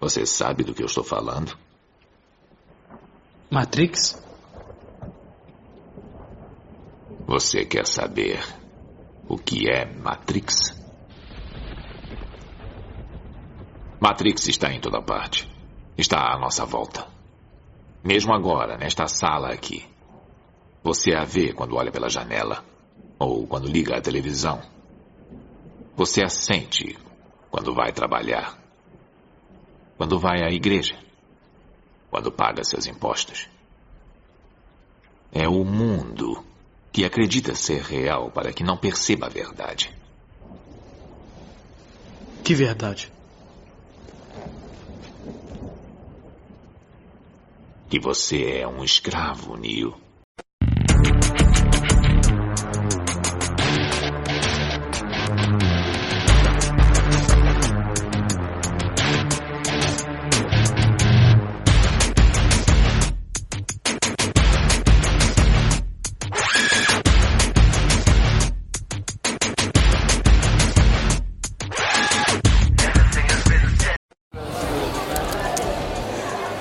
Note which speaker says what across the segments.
Speaker 1: Você sabe do que eu estou falando?
Speaker 2: Matrix?
Speaker 1: Você quer saber o que é Matrix? Matrix está em toda parte. Está à nossa volta. Mesmo agora, nesta sala aqui. Você a vê quando olha pela janela ou quando liga a televisão. Você a sente quando vai trabalhar, quando vai à igreja, quando paga seus impostos. É o mundo que acredita ser real para que não perceba a verdade.
Speaker 2: Que verdade?
Speaker 1: Que você é um escravo, Neil.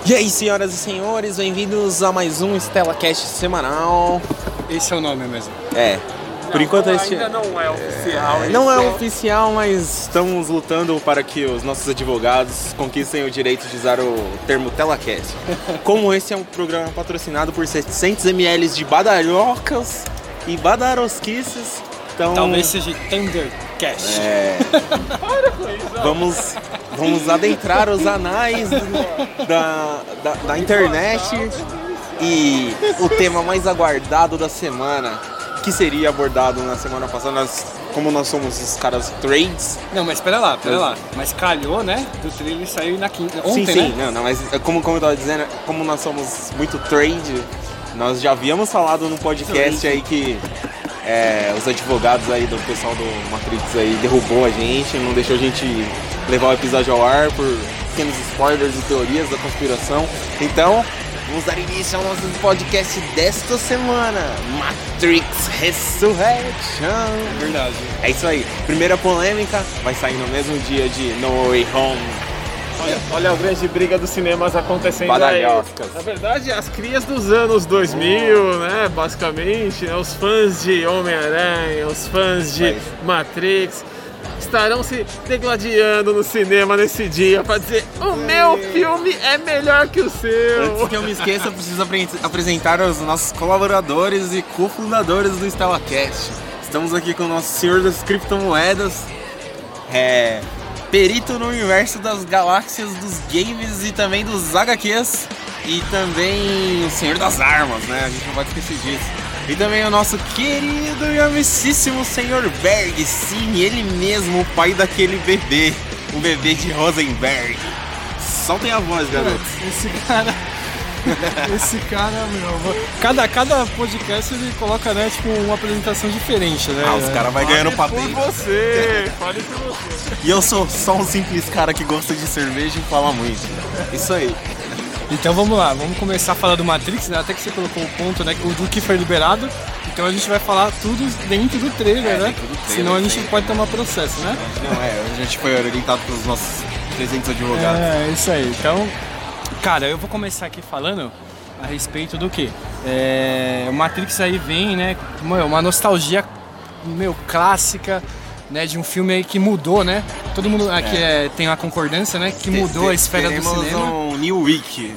Speaker 3: E aí, senhoras e senhores, bem-vindos a mais um StellaCast semanal.
Speaker 4: Esse é o nome mesmo.
Speaker 3: É, por enquanto
Speaker 4: não,
Speaker 3: este
Speaker 4: ainda não é oficial. então.
Speaker 3: não é
Speaker 4: oficial.
Speaker 3: oficial, mas estamos lutando para que os nossos advogados conquistem o direito de usar o termo TelaCast. Como esse é um programa patrocinado por 700 ml de badarocas e badarosquices, então
Speaker 4: Talvez seja Thundercast.
Speaker 3: é, vamos, vamos adentrar os anais do- da, da, da internet e o tema mais aguardado da semana, que seria abordado na semana passada, nós, como nós somos os caras trades.
Speaker 4: Não, mas pera lá, pera lá. Mas calhou, né? Do trailer saiu na quinta. Ontem,
Speaker 3: sim, sim,
Speaker 4: né?
Speaker 3: não, não, mas é como, como eu tava dizendo, como nós somos muito trade, nós já havíamos falado no podcast aí que é, os advogados aí do pessoal do Matrix aí derrubou a gente, não deixou a gente levar o episódio ao ar por pequenos spoilers e teorias da conspiração. Então, vamos dar início ao nosso podcast desta semana, Matrix Resurrection.
Speaker 4: Verdade.
Speaker 3: É isso aí. Primeira polêmica vai sair no mesmo dia de No Way Home.
Speaker 5: Olha, olha a grande briga dos cinemas acontecendo
Speaker 3: Badalhocas. Hum.
Speaker 5: aí. Na verdade, as crias dos anos 2000, né? Basicamente, né, os fãs de Homem-Aranha, os fãs de Matrix, estarão se degladiando no cinema nesse dia pra dizer o meu filme é melhor que o
Speaker 3: Antes
Speaker 5: seu.
Speaker 3: que eu me esqueça, eu preciso apre- apresentar os nossos colaboradores e cofundadores do StelaCast. Estamos aqui com o nosso senhor das criptomoedas, é, perito no universo das galáxias, dos games e também dos HQs, e também o senhor das armas, né? A gente não pode esquecer disso. E também o nosso querido e amicíssimo senhor Berg, sim, ele mesmo, o pai daquele bebê, o bebê de Rosenberg. Soltem a voz, garotos.
Speaker 4: Esse cara. Esse cara, meu. Cada, cada podcast ele coloca, né, tipo, uma apresentação diferente, né?
Speaker 3: Ah, os caras vai ganhando
Speaker 5: Por
Speaker 3: papel.
Speaker 5: você, fale por você.
Speaker 3: E eu sou só um simples cara que gosta de cerveja e fala muito. Isso aí.
Speaker 4: Então vamos lá, vamos começar a falar do Matrix, né? Até que você colocou o ponto, né? O do que foi liberado. Então a gente vai falar tudo dentro do trailer, né?
Speaker 3: É, dentro do trailer,
Speaker 4: Senão a gente
Speaker 3: sim.
Speaker 4: pode tomar processo, né?
Speaker 3: Não, é, a gente foi orientado pelos nossos 300 advogados.
Speaker 4: É, isso aí. Então, cara, eu vou começar aqui falando a respeito do que? o Matrix aí vem, né? Mano, uma nostalgia, meu, clássica, né? De um filme aí que mudou, né? Todo mundo aqui é, tem a concordância, né? Que mudou a esfera do
Speaker 3: Teremos
Speaker 4: cinema.
Speaker 3: um New Week.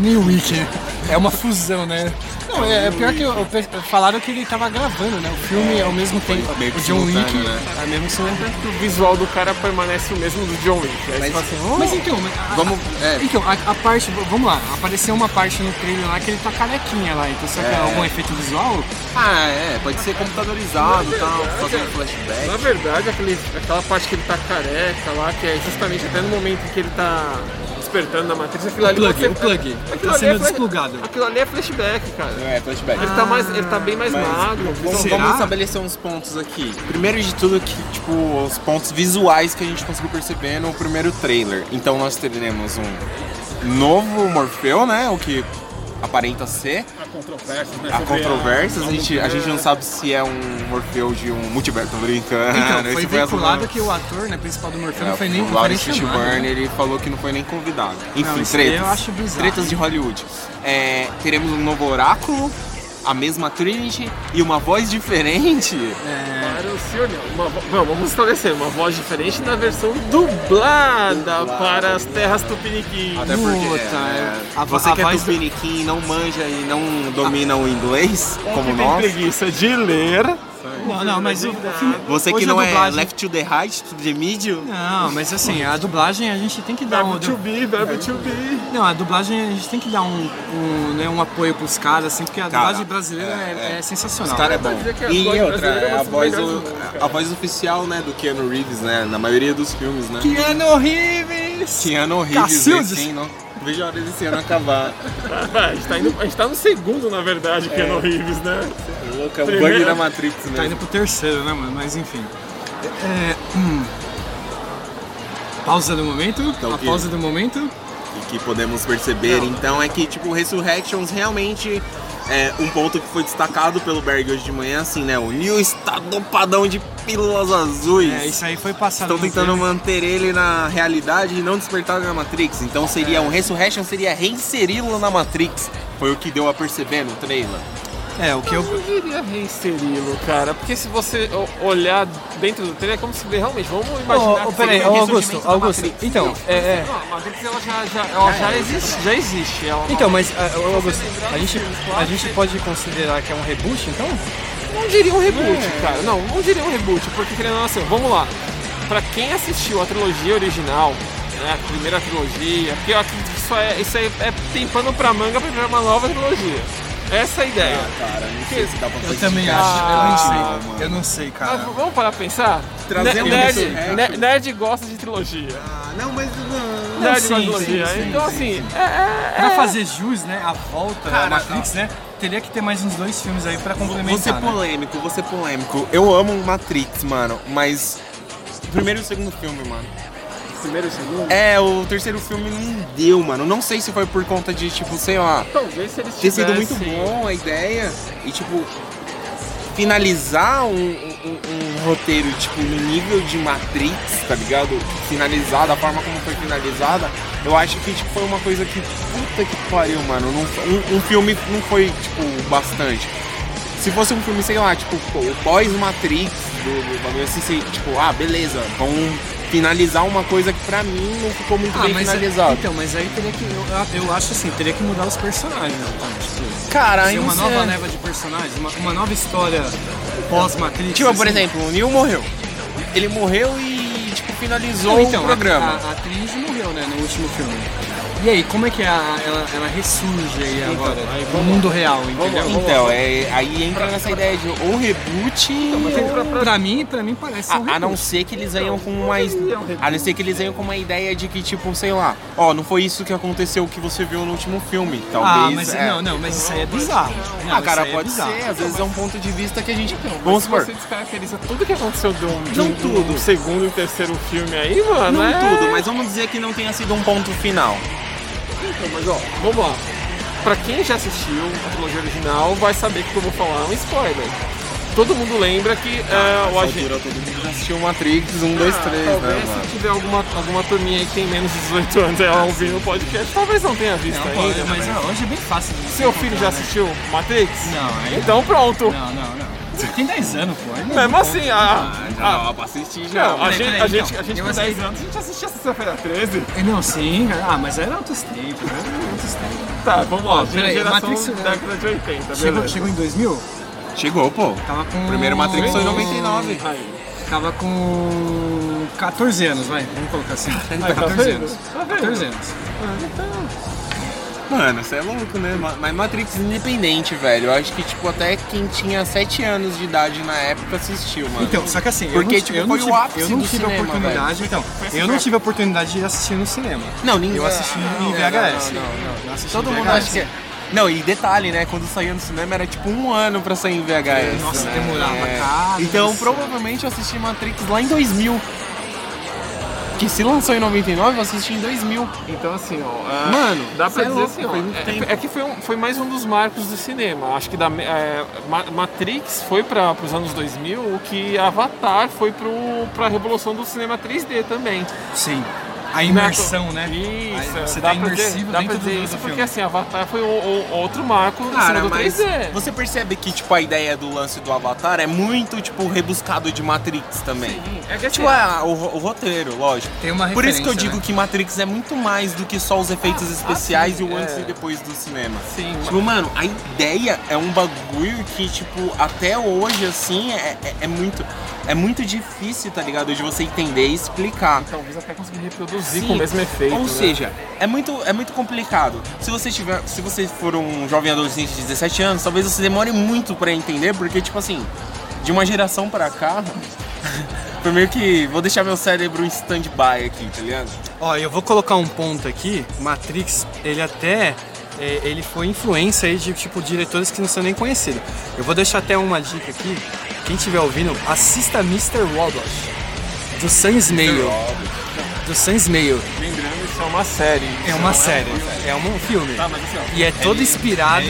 Speaker 4: New Week, né? É uma fusão, né? Não, é, é pior que eu- eu pe- falaram que ele tava gravando, né? O filme ao mesmo tempo.
Speaker 3: meio que
Speaker 4: O John Wick. É
Speaker 3: simultâneo, né?
Speaker 4: ao mesmo tempo.
Speaker 5: O visual do cara permanece o mesmo do John Wick. Aí você fala assim,
Speaker 4: Mas então, mas a-
Speaker 3: Vamos. É,
Speaker 4: Então, a, a parte, v- vamos lá, apareceu uma parte no trailer lá que ele tá carequinha lá, então será que é algum efeito visual?
Speaker 3: ah, é, pode ser computadorizado e tal, fazendo flashback.
Speaker 5: Na verdade, aquele- aquela parte que ele tá careca lá, que é justamente até no momento em que ele tá despertando na matriz, aquilo ali
Speaker 4: plug,
Speaker 5: pode ser-
Speaker 4: o plug.
Speaker 5: aquilo
Speaker 4: Tá
Speaker 5: ali é
Speaker 4: sendo
Speaker 5: flash-
Speaker 4: desplugado.
Speaker 5: Aquilo ali é flashback, cara.
Speaker 3: É, flashback.
Speaker 5: Ele tá, mais, ele tá bem
Speaker 4: Ah.
Speaker 5: mais
Speaker 3: Mas
Speaker 5: magro.
Speaker 3: Vamos,
Speaker 4: Será?
Speaker 3: vamos estabelecer uns pontos aqui. Primeiro de tudo, que, tipo, os pontos visuais que a gente conseguiu perceber no primeiro trailer. Então nós teremos um novo Morfeu, né? O que aparenta ser.
Speaker 5: Há controvérsias, né?
Speaker 3: Há
Speaker 5: sobre
Speaker 3: controvérsias, a gente, a gente não
Speaker 5: mulher.
Speaker 3: sabe se é um Morfeu de um multiverso. Tô brincando.
Speaker 4: Então, foi
Speaker 3: esse as
Speaker 4: veiculado
Speaker 3: mãos.
Speaker 4: que o ator, né, principal do Morfeu,
Speaker 3: É,
Speaker 4: não foi nem,
Speaker 3: o
Speaker 4: não foi nem
Speaker 3: Lawrence
Speaker 4: chamado. né?
Speaker 3: Fishburne, ele falou que não foi nem convidado. Enfim,
Speaker 4: isso
Speaker 3: tretas.
Speaker 4: eu acho bizarro.
Speaker 3: Tretas de Hollywood. É, teremos um novo oráculo, a mesma Trinity e uma voz diferente.
Speaker 4: É,
Speaker 5: Para o senhor, não. Uma vo- Bom, vamos estabelecer uma voz diferente na versão dublada, para
Speaker 4: né?
Speaker 5: as terras tupiniquim.
Speaker 3: Até porque
Speaker 4: Puta,
Speaker 3: é,
Speaker 4: é, a-
Speaker 3: você
Speaker 4: a
Speaker 3: que é
Speaker 4: voz-
Speaker 3: tupiniquim e não manja e não domina o inglês,
Speaker 4: É,
Speaker 5: Ou
Speaker 3: como
Speaker 5: que tem
Speaker 3: nós.
Speaker 5: preguiça de ler.
Speaker 4: Não, não, mas o, o filme...
Speaker 3: Você que
Speaker 4: hoje a
Speaker 3: não é
Speaker 4: dublagem-
Speaker 3: left to the right, to the middle.
Speaker 4: Não, mas assim, a dublagem a gente tem que dar um...
Speaker 5: Verbo to be, verbo to be.
Speaker 4: Não, a dublagem a gente tem que dar um, um, né, um apoio pros caras, assim, porque a
Speaker 3: Cara,
Speaker 4: dublagem brasileira é, é sensacional.
Speaker 3: Esse cara é bom.
Speaker 5: dizer que a
Speaker 3: E
Speaker 5: voz
Speaker 3: outra,
Speaker 5: brasileira
Speaker 3: é
Speaker 5: é uma
Speaker 3: a
Speaker 5: das
Speaker 3: voz,
Speaker 5: melhores
Speaker 3: o-
Speaker 5: do mundo,
Speaker 3: a voz oficial, né, do Keanu Reeves, né, na maioria dos filmes, né.
Speaker 4: Keanu Reeves!
Speaker 3: Keanu Reeves,
Speaker 4: Cacildes.
Speaker 3: esse, hein, não vejo a hora desse ano acabar.
Speaker 5: a, gente tá indo- a gente tá no segundo, na verdade, que é no Reeves, né?
Speaker 3: Louca, um
Speaker 5: Primeiro-
Speaker 3: bug na Matrix,
Speaker 4: Tá
Speaker 3: né.
Speaker 4: indo pro terceiro, né, mano? Mas enfim. É, hum. Pausa do momento.
Speaker 3: Então,
Speaker 4: a
Speaker 3: que-
Speaker 4: pausa do momento.
Speaker 3: E que podemos perceber, então, é que, tipo, Resurrections realmente... É, um ponto que foi destacado pelo Berg hoje de manhã, assim, né? O Neil está dopadão de pílulas azuis.
Speaker 4: É, né? isso aí foi passado.
Speaker 3: Estão
Speaker 4: no
Speaker 3: tentando
Speaker 4: filme.
Speaker 3: manter ele na realidade e não despertar ele na Matrix. Então seria um Resurrection, seria reinseri-lo na Matrix. Foi o que deu a perceber no trailer.
Speaker 4: É, o que
Speaker 5: Eu
Speaker 4: eu.
Speaker 5: não diria reinseri-lo, cara, porque se você o- olhar dentro do trailer, é como se realmente, vamos imaginar...
Speaker 4: Ô, ô,
Speaker 5: que
Speaker 4: peraí,
Speaker 5: seria um
Speaker 4: ô, Augusto,
Speaker 5: ressurgimento da
Speaker 4: Augusto.
Speaker 5: Matrix.
Speaker 4: Então, é, é.
Speaker 5: Não, a Matrix ela já, já, ela já, existe, já existe. Ela,
Speaker 4: Então, mas, ah, ô, Augusto, a gente, a gente pode considerar que é um reboot, então?
Speaker 5: não diria um reboot,
Speaker 4: É.
Speaker 5: cara. Não, não diria um reboot, porque querendo ou não, assim, vamos lá. Pra quem assistiu a trilogia original, né, a primeira trilogia, porque eu acredito que isso, é, isso aí é, tem pano pra manga pra virar uma nova trilogia. Essa é a ideia.
Speaker 3: Cara, não sei se dá pra
Speaker 4: Eu também acho. eu não sei. Eu não sei,
Speaker 5: Mas
Speaker 4: cara.
Speaker 5: Ah, vamos parar pra pensar?
Speaker 3: Trazer
Speaker 5: Ne-
Speaker 3: um
Speaker 5: nerd,
Speaker 3: resurrecto.
Speaker 5: ne- nerd gosta de trilogia.
Speaker 3: Ah, Não, mas não.
Speaker 5: nerd
Speaker 4: sim,
Speaker 5: gosta
Speaker 4: sim,
Speaker 5: de trilogia.
Speaker 4: sim,
Speaker 5: então,
Speaker 4: sim,
Speaker 5: assim, é- é-
Speaker 4: Pra fazer jus, né? A volta da Matrix, né? Teria que ter mais uns dois filmes aí pra complementar.
Speaker 3: Você
Speaker 4: né?
Speaker 3: polêmico, você polêmico. Eu amo Matrix, mano, mas. o Primeiro e o segundo filme, mano.
Speaker 5: Primeiro e segundo?
Speaker 3: É, o terceiro filme não deu, mano. Não sei se foi por conta de, tipo, sei lá,
Speaker 5: Talvez se eles
Speaker 3: ter sido
Speaker 4: É,
Speaker 5: tivessem...
Speaker 3: muito bom a ideia e tipo finalizar um, um- um- um roteiro tipo no nível de Matrix, tá ligado? Finalizar da forma como foi finalizada, eu acho que tipo, foi uma coisa que puta que pariu, mano. Não foi- um, um filme não foi tipo o bastante. Se fosse um filme, sei lá, tipo, pô, o pós-Matrix do do bagulho assim, sei, tipo, ah, beleza, vamos finalizar uma coisa que pra mim não ficou muito bem finalizada.
Speaker 4: Então, mas aí teria que. Eu, eu acho assim, teria que mudar os personagens. Então, tipo,
Speaker 3: Cara,
Speaker 4: ser
Speaker 3: aí
Speaker 4: uma
Speaker 3: você- é.
Speaker 4: nova leva de personagens, uma, uma nova história pós-Matrix.
Speaker 3: Tipo, por
Speaker 4: assim.
Speaker 3: exemplo, o Neil morreu. Ele morreu e, tipo, finalizou
Speaker 4: Não, então,
Speaker 3: o programa.
Speaker 4: A, a, a Trinity morreu, né, no último filme. E aí, como é que a- ela, ela ressurge aí agora? no mundo real, entendeu?
Speaker 3: Então, é, aí entra nessa ideia de ou reboot ou...
Speaker 4: Então, pra mim, pra mim parece um
Speaker 3: A, a não
Speaker 4: reboot.
Speaker 3: ser que eles venham com mais. A não ser que eles venham com uma ideia de que, tipo, sei lá, ó, não foi isso que aconteceu que você viu no último filme. Talvez.
Speaker 4: Ah, mas
Speaker 3: é.
Speaker 4: não, não, mas isso aí é bizarro. Não,
Speaker 3: Ah, cara,
Speaker 4: isso aí é
Speaker 3: pode
Speaker 4: bizarro.
Speaker 3: ser, às vezes é um ponto de vista que a gente.
Speaker 5: Mas
Speaker 3: Vamos
Speaker 5: se
Speaker 3: supor.
Speaker 5: você descaracteriza tudo que aconteceu do,
Speaker 3: Não
Speaker 5: do-
Speaker 3: tudo.
Speaker 5: do segundo e terceiro filme aí, mano.
Speaker 3: Não
Speaker 5: é-
Speaker 3: tudo, mas vamos dizer que não tenha sido um ponto final.
Speaker 5: Então, mas ó, vamos lá. Pra quem já assistiu a trilogia original, vai saber que o que eu vou falar é um spoiler. Todo mundo lembra que
Speaker 4: Ah,
Speaker 5: é, o agente.
Speaker 3: Todo mundo já assistiu Matrix 1, 2, 3, né,
Speaker 5: talvez
Speaker 3: mano?
Speaker 5: se tiver alguma, alguma turminha aí que tem menos de 18 anos ela ouvindo o podcast, talvez não tenha visto
Speaker 4: Não,
Speaker 5: ainda.
Speaker 4: pode, mas ó, hoje é bem fácil. de
Speaker 5: Seu filho já
Speaker 4: encontrar, né?
Speaker 5: assistiu Matrix?
Speaker 4: Não, aí-
Speaker 5: Então pronto.
Speaker 4: Não, não, não. Tem 10 anos, pô. é aí não
Speaker 5: Mesmo assim, a,
Speaker 3: Ah, pra assistir já.
Speaker 5: a, a
Speaker 4: então, peraí,
Speaker 5: gente,
Speaker 4: peraí,
Speaker 5: a gente,
Speaker 4: então.
Speaker 5: a gente
Speaker 4: Eu
Speaker 5: com 10
Speaker 4: aceito.
Speaker 5: anos, a gente assistia sexta-feira 13.
Speaker 4: É, Não, sim, cara. Ah, mas era outros tempos, era outros tempos.
Speaker 5: Tá, vamos lá.
Speaker 4: peraí,
Speaker 5: geração
Speaker 4: Matrix-
Speaker 5: década de 80,
Speaker 4: Chegou,
Speaker 5: beleza.
Speaker 4: chegou em 2000?
Speaker 3: Chegou, pô.
Speaker 4: Tava com...
Speaker 3: Primeiro Matrix foi em 99.
Speaker 5: Aí,
Speaker 4: Tava com 14 anos, vai. Vamos colocar assim. Vai,
Speaker 5: tá
Speaker 4: 14
Speaker 5: vendo?
Speaker 4: anos.
Speaker 5: Tá vendo?
Speaker 4: 14 anos. Ah,
Speaker 3: Mano, você é louco, né? Ma- Mas Matrix independente, velho. Eu acho que, tipo, até quem tinha 7 anos de idade na época assistiu, mano.
Speaker 4: Então, só que assim,
Speaker 3: Porque,
Speaker 4: eu não,
Speaker 3: tipo,
Speaker 4: eu não
Speaker 3: foi o
Speaker 4: tive,
Speaker 3: ápice
Speaker 4: eu não
Speaker 3: do
Speaker 4: tive a
Speaker 3: cinema,
Speaker 4: oportunidade, então,
Speaker 5: assim
Speaker 4: eu não tive a oportunidade de assistir no cinema.
Speaker 3: Não, ninguém.
Speaker 4: Eu assisti em VHS.
Speaker 3: Não, não, não.
Speaker 4: Eu assisti
Speaker 3: Todo
Speaker 4: em
Speaker 3: mundo
Speaker 4: VHS.
Speaker 3: acha que é. Não, e detalhe, né? Quando saía no cinema era tipo um ano pra sair em VHS.
Speaker 4: Nossa,
Speaker 3: né?
Speaker 4: demorava, cara.
Speaker 3: Então,
Speaker 4: Nossa.
Speaker 3: provavelmente eu assisti Matrix lá em 2000.
Speaker 4: que se lançou em 99, eu assisti em 2000.
Speaker 5: Então, assim, ó. é-
Speaker 4: Mano,
Speaker 5: dá pra
Speaker 4: sei
Speaker 5: dizer
Speaker 4: lá,
Speaker 5: assim, ó.
Speaker 4: foi muito
Speaker 5: é-
Speaker 4: tempo.
Speaker 5: É, que foi, um- foi mais um dos marcos do cinema. Acho que da, é, Ma- Matrix foi para os anos 2000 o que Avatar foi para a revolução do cinema 3D também.
Speaker 4: Sim. A imersão, né?
Speaker 5: Isso,
Speaker 4: Aí você
Speaker 5: dá
Speaker 4: tá
Speaker 5: pra dizer-
Speaker 4: imersivo
Speaker 5: dá pra
Speaker 4: dentro do,
Speaker 5: dizer
Speaker 4: do
Speaker 5: isso,
Speaker 4: filme.
Speaker 5: porque assim, Avatar foi o, o- outro marco do cinema
Speaker 3: Cara,
Speaker 5: do
Speaker 3: mas
Speaker 5: 3D.
Speaker 3: você percebe que, tipo, a ideia do lance do Avatar é muito, tipo, rebuscado de Matrix também.
Speaker 5: Sim, é que assim,
Speaker 3: Tipo, ah, o, ro- o roteiro, lógico.
Speaker 4: Tem uma
Speaker 3: Por isso que eu
Speaker 4: referência,
Speaker 3: digo que Matrix é muito mais do que só os efeitos
Speaker 5: né? Ah,
Speaker 3: especiais
Speaker 5: ah, sim,
Speaker 3: e o antes
Speaker 5: é.
Speaker 3: e depois do cinema.
Speaker 5: Sim,
Speaker 3: Tipo, mano, a ideia é um bagulho que, tipo, até hoje, assim, é, é- é muito. É muito difícil, tá ligado? De você entender e explicar.
Speaker 5: talvez até conseguir reproduzir
Speaker 3: Sim.
Speaker 5: com o mesmo efeito.
Speaker 3: Ou
Speaker 5: né?
Speaker 3: seja, é muito, é muito complicado. Se você tiver, se você for um jovem adolescente de 17 anos, talvez você demore muito pra entender, porque tipo assim, de uma geração pra cá, foi meio que vou deixar meu cérebro em stand-by aqui, tá ligado?
Speaker 4: Ó, eu vou colocar um ponto aqui. Matrix, ele até é, ele foi influência aí de tipo diretores que não são nem conhecidos. Eu vou deixar até uma dica aqui. Quem estiver ouvindo, assista Mr. Robot do Sam Smail. Do Sam Smail.
Speaker 5: Lembrando, isso é uma série.
Speaker 4: É
Speaker 5: isso
Speaker 4: uma
Speaker 5: não
Speaker 4: série,
Speaker 5: um filme.
Speaker 4: é um filme.
Speaker 5: Tá, mas assim, ó.
Speaker 4: E é toda inspirada.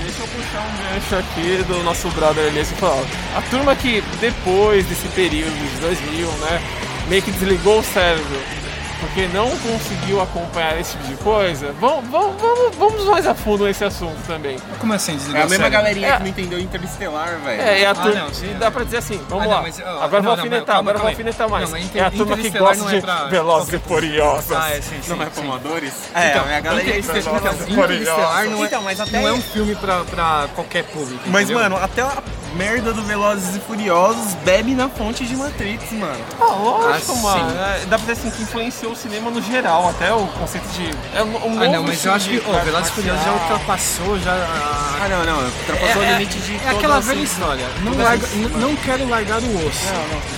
Speaker 5: Deixa eu puxar um gancho aqui do nosso brother Elias e falar. ó, A turma que depois desse período de 2000, né, meio que desligou o cérebro porque não conseguiu acompanhar esse tipo de coisa, vamos, vamos, vamos, vamos mais a fundo nesse assunto também.
Speaker 4: Como assim?
Speaker 3: É a mesma galerinha
Speaker 5: É.
Speaker 3: que não entendeu Interestelar, velho.
Speaker 5: É, é a
Speaker 4: Ah,
Speaker 5: turma.
Speaker 4: não, sim,
Speaker 5: dá
Speaker 4: não.
Speaker 5: pra dizer assim, vamos
Speaker 4: Ah, não,
Speaker 5: lá.
Speaker 4: mas, ó,
Speaker 5: agora
Speaker 4: não,
Speaker 5: vou
Speaker 4: não,
Speaker 5: alfinetar,
Speaker 4: calma,
Speaker 5: agora vou
Speaker 4: calma aí.
Speaker 5: alfinetar mais.
Speaker 4: Não, mas
Speaker 5: é a turma que
Speaker 4: Interestelar
Speaker 5: gosta
Speaker 4: não
Speaker 5: de
Speaker 4: é pra-
Speaker 5: Velozes e Furiosos.
Speaker 4: Ah, é, sim, sim.
Speaker 3: Não é
Speaker 4: sim.
Speaker 3: pra amadores? É,
Speaker 4: Então,
Speaker 3: é a galerinha que assim,
Speaker 5: então,
Speaker 3: entendeu.
Speaker 5: então,
Speaker 4: Interestelar não é,
Speaker 3: Então, mas até
Speaker 4: não é
Speaker 3: aí-
Speaker 4: um filme pra, pra qualquer público.
Speaker 3: Mas,
Speaker 4: entendeu?
Speaker 3: mano, até a merda do Velozes e Furiosos bebe na fonte de Matrix, mano.
Speaker 5: Ah, lógico,
Speaker 4: Ah, sim.
Speaker 5: mano. É, Dá pra dizer assim que influenciou o cinema no geral, até o conceito de. É um, um
Speaker 4: Ah, não,
Speaker 5: novo
Speaker 4: mas eu
Speaker 5: estilo
Speaker 4: acho que
Speaker 5: de
Speaker 4: o Velozes e Furiosos já
Speaker 5: marcial.
Speaker 4: ultrapassou já a
Speaker 3: Ah, não, não, ultrapassou o limite de.
Speaker 4: é
Speaker 3: todas
Speaker 4: aquela
Speaker 3: as-
Speaker 4: velha história. Não,
Speaker 3: todas
Speaker 4: larga-
Speaker 3: as-
Speaker 4: n- não quero largar o osso.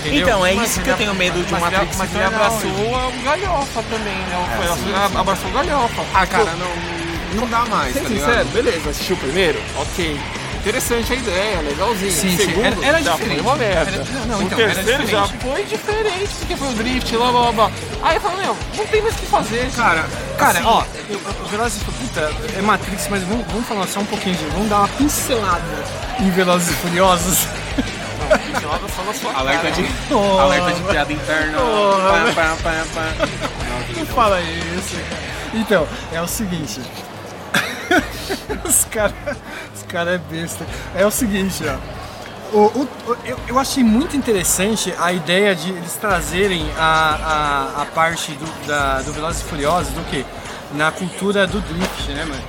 Speaker 4: entendeu?
Speaker 3: Então, é
Speaker 5: Mas
Speaker 3: isso que
Speaker 5: ele
Speaker 3: eu tenho medo de um
Speaker 5: mas
Speaker 3: uma
Speaker 5: ele-
Speaker 3: Matrix
Speaker 5: Mas ele
Speaker 3: Eternal,
Speaker 5: abraçou é
Speaker 3: hein?
Speaker 5: o Galhofa também, né? O
Speaker 4: É,
Speaker 5: Velozes-
Speaker 3: sim,
Speaker 5: a- Abraçou o Galhofa.
Speaker 3: Ah, cara, não, não dá mais,
Speaker 5: Ser
Speaker 3: tá
Speaker 5: sincero,
Speaker 3: ligado?
Speaker 5: beleza, assistiu o primeiro? Ok. Interessante a ideia, legalzinho.
Speaker 4: Sim,
Speaker 5: o
Speaker 4: sim,
Speaker 5: segundo
Speaker 4: era- era
Speaker 5: já
Speaker 4: diferente.
Speaker 5: foi uma merda.
Speaker 4: Era- não, não,
Speaker 5: o
Speaker 4: então, era
Speaker 5: terceiro já
Speaker 4: diferente.
Speaker 5: foi diferente, porque foi o drift, blá blá blá. Aí eu falei, meu, não tem mais o que fazer.
Speaker 3: Cara,
Speaker 4: Cara,
Speaker 3: assim,
Speaker 4: ó, eu- eu- Velozes e Furiosos, puta, é Matrix, mas vamos, vamos falar só um pouquinho de. Vamos dar uma pincelada em Velozes e Furiosos.
Speaker 5: Joga só na sua
Speaker 3: Alerta
Speaker 5: cara.
Speaker 3: de,
Speaker 4: Oh.
Speaker 3: alerta de piada interna.
Speaker 4: Oh.
Speaker 3: Pá, pá, pá, pá.
Speaker 4: Não fala isso. Então, é o seguinte. os caras os cara é besta. É o seguinte, ó. O, o- o- eu, eu achei muito interessante a ideia de eles trazerem a, a, a parte do, da, do Velozes e Furiosos do que? Na cultura do drift, né, mano?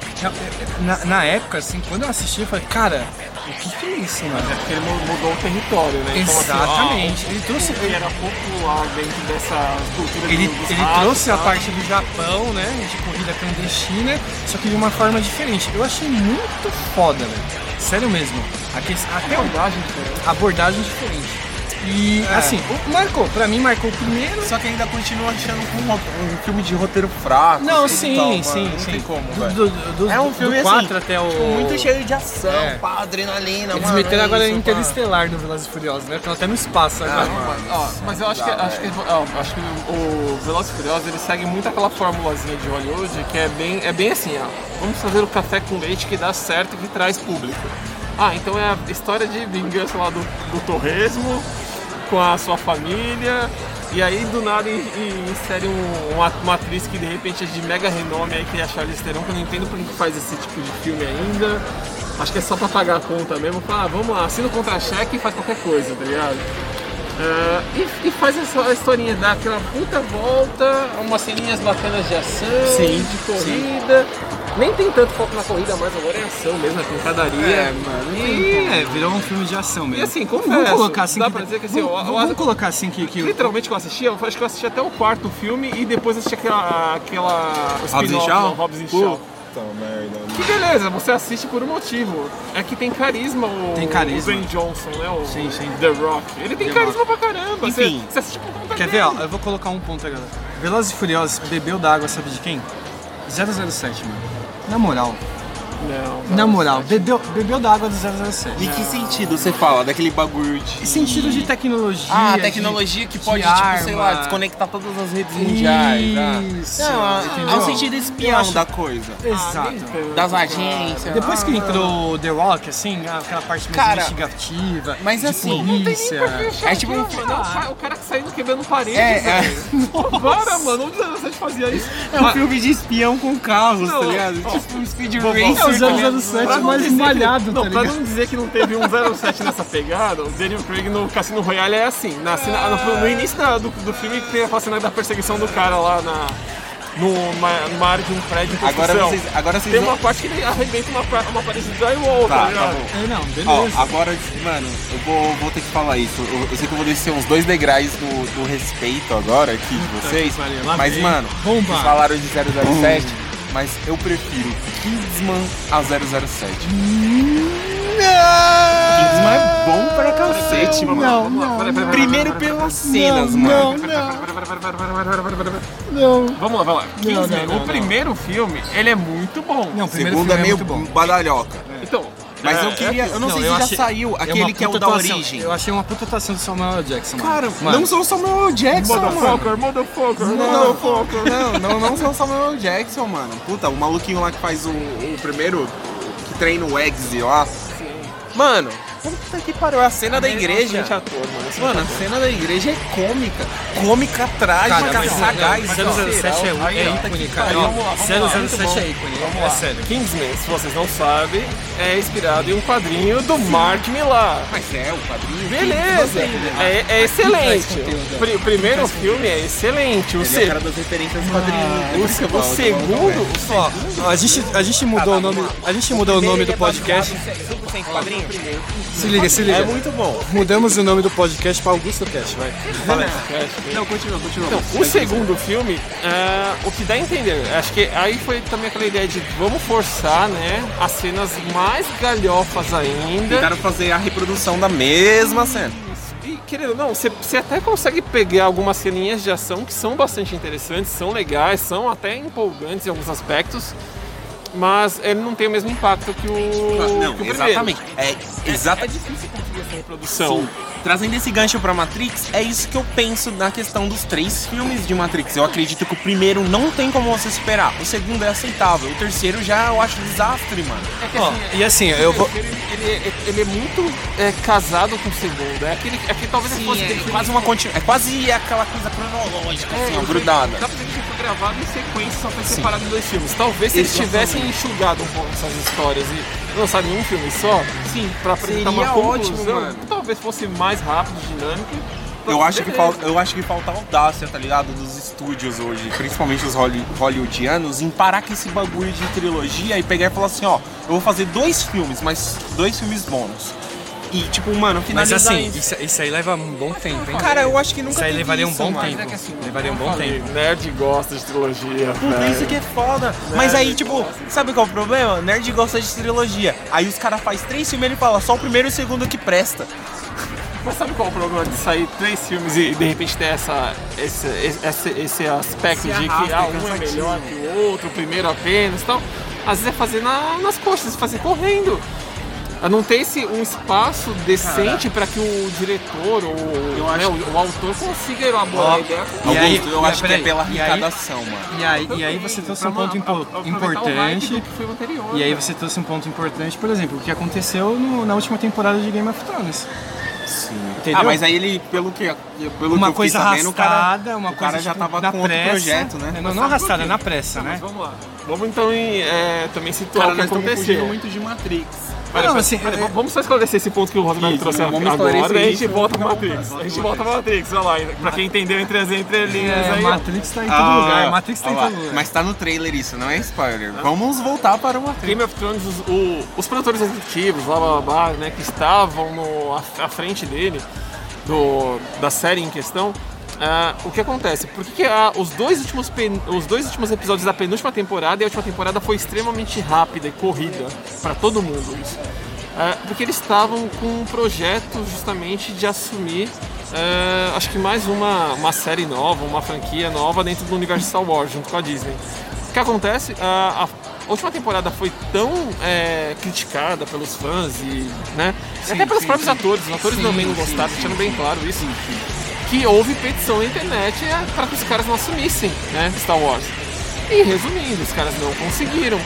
Speaker 4: Na, na- na época, assim, quando eu assisti, eu falei, cara, o que, que é isso, mano?
Speaker 5: Porque ele mu- mudou o território, né? Então, assim,
Speaker 4: Exatamente.
Speaker 5: ó,
Speaker 4: Ele trouxe-
Speaker 5: o que era popular dentro dessa cultura
Speaker 4: Ele,
Speaker 5: dos
Speaker 4: ele
Speaker 5: ratos,
Speaker 4: trouxe a
Speaker 5: tá?
Speaker 4: parte do Japão, né? De corrida clandestina, só que de uma forma diferente. Eu achei muito foda, velho. Sério mesmo. A que- até a
Speaker 5: abordagem diferente.
Speaker 4: abordagem diferente. E assim, o- marcou. Pra mim, marcou o primeiro.
Speaker 3: Só que ainda continua achando um, um filme de roteiro fraco.
Speaker 4: Não,
Speaker 3: sei
Speaker 4: sim,
Speaker 3: que tal, mano.
Speaker 4: sim,
Speaker 3: Não
Speaker 4: sim.
Speaker 3: tem como,
Speaker 4: do,
Speaker 3: velho.
Speaker 4: do, do,
Speaker 3: É um
Speaker 4: do
Speaker 3: filme, assim,
Speaker 4: 4 até o.
Speaker 3: Tipo, muito cheio de ação,
Speaker 4: É.
Speaker 3: pá, adrenalina,
Speaker 4: Eles
Speaker 3: mano. é
Speaker 4: meteram agora
Speaker 3: isso, pá.
Speaker 4: Interestelar no Velozes e Furiosos, né? Estão até no espaço agora.
Speaker 3: mano.
Speaker 5: Ó, mas eu acho que,
Speaker 3: Dá,
Speaker 5: acho que, ó, acho que o Velozes e Furiosos ele segue muito aquela formulazinha de Hollywood que é bem, é bem assim, ó. Vamos fazer o café com leite que dá certo e que traz público. Ah, então é a história de vingança lá do, do torresmo com a sua família. E aí do nada in- in- insere um- uma, uma atriz que de repente é de mega renome aí, que é a Charlize Theron, que eu não entendo por que que faz esse tipo de filme ainda. Acho que é só pra pagar a conta mesmo. Fala, ah, vamos lá, assina o contra-cheque e faz qualquer coisa, tá ligado? Ah, e, e faz essa historinha, dá aquela puta volta, umas ceninhas bacanas de ação,
Speaker 3: Sim,
Speaker 5: de corrida. Nem tem tanto foco na corrida, mas agora é ação mesmo, é pancadaria.
Speaker 3: É, mano.
Speaker 5: E,
Speaker 4: É, virou um filme de ação mesmo.
Speaker 5: E assim,
Speaker 4: Vamos-
Speaker 5: confesso,
Speaker 4: vamos colocar assim
Speaker 5: dá
Speaker 4: que-
Speaker 5: pra dizer que, assim,
Speaker 4: vamos,
Speaker 5: o- o-
Speaker 4: vamos colocar assim que, que o-
Speaker 5: Literalmente que eu assisti, eu acho que eu assisti até o quarto filme e depois assisti aquela. aquela o
Speaker 3: Hobbs and
Speaker 5: spin-off,
Speaker 3: Shaw?
Speaker 5: não, Hobbs and Shaw.
Speaker 3: Puta merda, né? mano.
Speaker 5: Que beleza, você assiste por um motivo. É que tem carisma o,
Speaker 4: Tem carisma.
Speaker 5: o Ben Johnson, né? O
Speaker 4: Sim, sim.
Speaker 5: The Rock. Ele tem
Speaker 4: The
Speaker 5: carisma pra caramba.
Speaker 3: Enfim.
Speaker 5: Você, você assiste por conta
Speaker 4: Quer
Speaker 5: dele.
Speaker 4: ver, ó? Eu vou colocar um ponto agora. Velozes e Furiosos bebeu da água, sabe de quem? 007, mano. Na moral,
Speaker 5: Não.
Speaker 4: Na moral, bebeu, bebeu da água do 007.
Speaker 3: Em que sentido você fala daquele bagulho de.
Speaker 4: E sentido de tecnologia.
Speaker 3: Ah,
Speaker 4: de-
Speaker 3: tecnologia que
Speaker 4: de
Speaker 3: pode, tipo, sei lá,
Speaker 4: arma.
Speaker 3: desconectar todas as redes mundiais. ah.
Speaker 4: Isso.
Speaker 3: Não, há- há
Speaker 4: entendeu?
Speaker 3: um sentido espião
Speaker 4: acho-
Speaker 3: da coisa.
Speaker 4: Exato.
Speaker 3: Das agências.
Speaker 4: Depois que entrou The Rock, assim, aquela parte mais
Speaker 3: Cara,
Speaker 4: investigativa,
Speaker 3: mas
Speaker 4: de
Speaker 3: assim,
Speaker 4: polícia.
Speaker 3: É tipo um.
Speaker 5: o cara que saindo quebrando parede.
Speaker 3: É, é.
Speaker 5: Para, mano, onde você fazia isso?
Speaker 3: É um filme de espião com carros,
Speaker 5: Não,
Speaker 3: tá ligado?
Speaker 5: ó,
Speaker 3: Tipo um Speed
Speaker 4: É os
Speaker 3: Racer.
Speaker 4: anos
Speaker 3: tá
Speaker 4: anos
Speaker 3: ligado?
Speaker 4: 7 mais
Speaker 5: dizer que-
Speaker 4: malhado,
Speaker 5: não,
Speaker 4: tá
Speaker 5: pra
Speaker 4: ligado?
Speaker 5: não dizer que não teve um 07 nessa pegada, o Daniel Craig no Cassino Royale é assim. Na cena- no, no início da- do, do filme tem a cena da perseguição do cara lá na, numa, numa área de um prédio em construção.
Speaker 3: Agora vocês, agora vocês
Speaker 5: Tem
Speaker 3: vão-
Speaker 5: uma parte que ele arrebenta uma, pra- uma parede de drywall,
Speaker 3: Tá,
Speaker 5: tá,
Speaker 3: tá
Speaker 5: ligado?
Speaker 3: bom.
Speaker 4: É, não,
Speaker 3: Ó,
Speaker 4: beleza.
Speaker 3: agora, mano, eu vou, vou ter que falar isso. Eu, eu sei que eu vou descer uns dois degraus do, do respeito agora aqui de vocês.
Speaker 4: que pariu, lá
Speaker 3: Mas,
Speaker 4: vem.
Speaker 3: mano,
Speaker 4: Bomba.
Speaker 3: vocês falaram de 007, mas eu prefiro Kingsman a 007. Kingsman é bom pra cacete, mano.
Speaker 4: não, não,
Speaker 5: Peraí, peraí, peraí,
Speaker 3: Primeiro pelas cenas,
Speaker 4: não,
Speaker 3: mano.
Speaker 4: Não, não,
Speaker 5: peraí, peraí, peraí, peraí, peraí, peraí, peraí.
Speaker 4: não.
Speaker 5: Vamos lá, vamos lá. Kingsman,
Speaker 4: não, não,
Speaker 5: o
Speaker 4: não.
Speaker 5: primeiro filme, ele é muito bom.
Speaker 4: Não, o primeiro
Speaker 3: Segundo é
Speaker 4: filme é
Speaker 3: meio
Speaker 4: muito bom.
Speaker 3: badalhoca.
Speaker 5: Então,
Speaker 3: Mas
Speaker 5: é,
Speaker 3: eu queria. Eu não, sei se
Speaker 4: eu
Speaker 3: já
Speaker 4: achei-
Speaker 3: saiu
Speaker 4: é
Speaker 3: aquele
Speaker 4: uma
Speaker 3: que é o
Speaker 4: puta
Speaker 3: da
Speaker 4: atuação.
Speaker 3: origem.
Speaker 4: Eu achei uma puta atuação do Samuel L. Jackson, mano.
Speaker 3: Cara,
Speaker 4: Mano,
Speaker 3: não sou o Samuel Jackson, mano.
Speaker 5: Motherfucker, motherfucker,
Speaker 3: Não,
Speaker 5: motherfucker.
Speaker 3: não, não, não são Samuel Jackson, mano. Puta, o maluquinho lá que faz o, o primeiro. que treina o Eggsy lá. Mano, puta que pariu. é A cena da igreja.
Speaker 5: Excelente ator, mano. Esse
Speaker 3: Mano, a cena da igreja é cômica. Cômica, trágica,
Speaker 4: é Cara, mas
Speaker 3: sagaz.
Speaker 4: não, mas 007 é, um-
Speaker 3: Aí, ó,
Speaker 4: é
Speaker 3: tá
Speaker 4: ícone,
Speaker 3: que
Speaker 4: cara.
Speaker 3: pariu.
Speaker 4: Ó,
Speaker 5: Vamos lá, vamos lá.
Speaker 4: 007 é
Speaker 5: Muito
Speaker 4: ícone, é sério.
Speaker 5: Kingsman, se vocês não sabem, é inspirado em um quadrinho do Mark Millar.
Speaker 3: Mas é, né? o quadrinho.
Speaker 5: Beleza! É, é excelente. O pri- o primeiro filme é excelente. O,
Speaker 3: Ele é
Speaker 5: se-
Speaker 3: o cara então, das referências
Speaker 4: Ah, é,
Speaker 3: quadrinhos.
Speaker 5: o, se- o segundo.
Speaker 3: né?
Speaker 5: o se-
Speaker 4: Ó, a gente, a gente mudou o nome, a gente mudou o nome do podcast.
Speaker 3: 100% quadrinho.
Speaker 4: Se liga, se liga.
Speaker 3: É muito bom.
Speaker 4: Mudamos o nome do podcast pra Augusto Cast, vai.
Speaker 3: Não, continua, continua.
Speaker 5: Então, o segundo filme, ah, o que dá a entender, acho que aí foi também aquela ideia de vamos forçar, né, as cenas mais galhofas ainda.
Speaker 3: Tentaram fazer a reprodução da mesma cena.
Speaker 5: E, querendo ou não, você- você até consegue pegar algumas ceninhas de ação que são bastante interessantes, são legais, são até empolgantes em alguns aspectos, mas ele não tem o mesmo impacto que o,
Speaker 3: Ah, Não,
Speaker 5: que o primeiro.
Speaker 3: exatamente. É, exata
Speaker 5: Produção.
Speaker 3: Sim. Trazendo esse gancho pra Matrix, é isso que eu penso na questão dos três filmes de Matrix. Eu acredito que o primeiro não tem como você superar, o segundo é aceitável, o terceiro já eu acho um desastre, mano.
Speaker 5: É que,
Speaker 4: Ó,
Speaker 5: assim,
Speaker 4: e assim, eu vou.
Speaker 5: Ele, ele- ele é muito é, casado com o segundo. É aquele, é que talvez ele fosse
Speaker 3: é,
Speaker 5: aquele filme
Speaker 3: quase uma continu... é quase aquela coisa cronológica, assim, ó,
Speaker 5: É,
Speaker 3: grudada.
Speaker 5: Dá pra dizer que foi gravado em sequência, só foi separado em dois filmes. Talvez se eles
Speaker 3: Exatamente.
Speaker 5: tivessem enxugado um pouco essas histórias e lançado em um filme só, sim, pra apresentar
Speaker 3: Seria
Speaker 5: uma conclusão,
Speaker 3: ótimo, mano.
Speaker 5: talvez fosse mais rápido, dinâmico.
Speaker 3: Eu
Speaker 5: Então,
Speaker 3: acho, que
Speaker 5: beleza.
Speaker 3: falta, eu acho que falta audácia, tá ligado? Dos estúdios hoje, principalmente os holly- hollywoodianos, em parar com esse bagulho de trilogia e pegar e falar assim, ó, eu vou fazer dois filmes, mas dois filmes bônus. E tipo, mano,
Speaker 4: Mas
Speaker 3: finalizar
Speaker 4: assim,
Speaker 3: isso.
Speaker 4: isso, isso aí leva um bom tempo, hein?
Speaker 3: Cara, eu acho que nunca
Speaker 4: Isso aí
Speaker 3: teve
Speaker 4: levaria um
Speaker 3: isso,
Speaker 4: bom
Speaker 3: mano.
Speaker 4: tempo. Levaria um bom tempo.
Speaker 5: Nerd gosta de trilogia,
Speaker 3: Puta,
Speaker 5: velho.
Speaker 3: isso que é foda. Mas aí, tipo, sabe qual é o problema? Nerd gosta de trilogia. Aí os caras fazem três filmes e ele fala só o primeiro e o segundo que presta.
Speaker 5: Mas sabe qual é o problema de sair três filmes e de repente ter essa, esse, esse, esse aspecto de que ah, um é melhor que o outro, o primeiro apenas e tal? Às vezes é fazer na- nas costas, fazer correndo. Ah, Não ter esse, um espaço decente para que o diretor ou né, o, o autor consiga
Speaker 4: Ó,
Speaker 5: elaborar a ideia.
Speaker 4: E
Speaker 3: Augusto,
Speaker 4: aí-
Speaker 3: eu
Speaker 4: e
Speaker 3: acho que é
Speaker 4: peraí,
Speaker 3: pela
Speaker 4: e aí-
Speaker 3: arrecadação, mano.
Speaker 4: E aí, e aí você trouxe um ponto impo- importante. E
Speaker 5: né?
Speaker 4: aí você trouxe um ponto importante, por exemplo, o que aconteceu no- na última temporada de Game of Thrones. Entendeu?
Speaker 3: Ah, mas aí ele, pelo que, pelo que
Speaker 4: uma
Speaker 3: eu
Speaker 4: coisa
Speaker 3: fiquei sabendo, o cara-
Speaker 4: arrastada, uma
Speaker 3: o
Speaker 4: coisa
Speaker 3: cara já
Speaker 4: tipo,
Speaker 3: tava
Speaker 4: na
Speaker 3: com outro
Speaker 4: pressa,
Speaker 3: projeto, né?
Speaker 4: Não, não arrastada, na pressa, né?
Speaker 5: Mas vamos lá. Vamos então em, é, também situar
Speaker 3: Cara,
Speaker 5: o que
Speaker 3: nós estamos fugindo
Speaker 5: aconteceu.
Speaker 3: muito de Matrix.
Speaker 5: Pera,
Speaker 4: Não,
Speaker 5: pera,
Speaker 4: assim,
Speaker 5: pera,
Speaker 4: é-
Speaker 5: v- vamos só esclarecer esse ponto que o Rosenberg trouxe
Speaker 3: vamos
Speaker 5: agora,
Speaker 3: esclarecer
Speaker 5: e a gente
Speaker 3: isso.
Speaker 5: volta pro Matrix. A gente volta pro Matrix, olha lá, pra quem entendeu entre as entrelinhas
Speaker 4: É,
Speaker 5: aí. ó.
Speaker 4: Matrix tá em todo lugar, Matrix tá em todo lugar.
Speaker 3: Ah, Mas tá no trailer isso, não é spoiler. Vamos voltar para o Matrix.
Speaker 5: Game of Thrones, os, o- os produtores executivos, blá blá blá, né, que estavam no- à, à frente dele, do- da série em questão, ah, o que acontece? Por que, que a- os, dois últimos pen- os dois últimos episódios da penúltima temporada e a última temporada foi extremamente rápida e corrida para todo mundo isso? Ah, porque eles estavam com um projeto justamente de assumir, ah, acho que mais uma, uma série nova, uma franquia nova dentro do universo Star Wars, junto com a Disney. O que acontece? Ah, a- a última temporada foi tão é, criticada pelos fãs e, né? e
Speaker 4: Sim,
Speaker 5: até pelos
Speaker 4: sim,
Speaker 5: próprios
Speaker 4: sim.
Speaker 5: atores, os atores
Speaker 4: Sim,
Speaker 5: também não
Speaker 4: sim,
Speaker 5: gostaram,
Speaker 4: sim,
Speaker 5: deixando bem claro isso. Que houve petição na internet para que os caras não assumissem, né? Star Wars. E resumindo, os caras não conseguiram.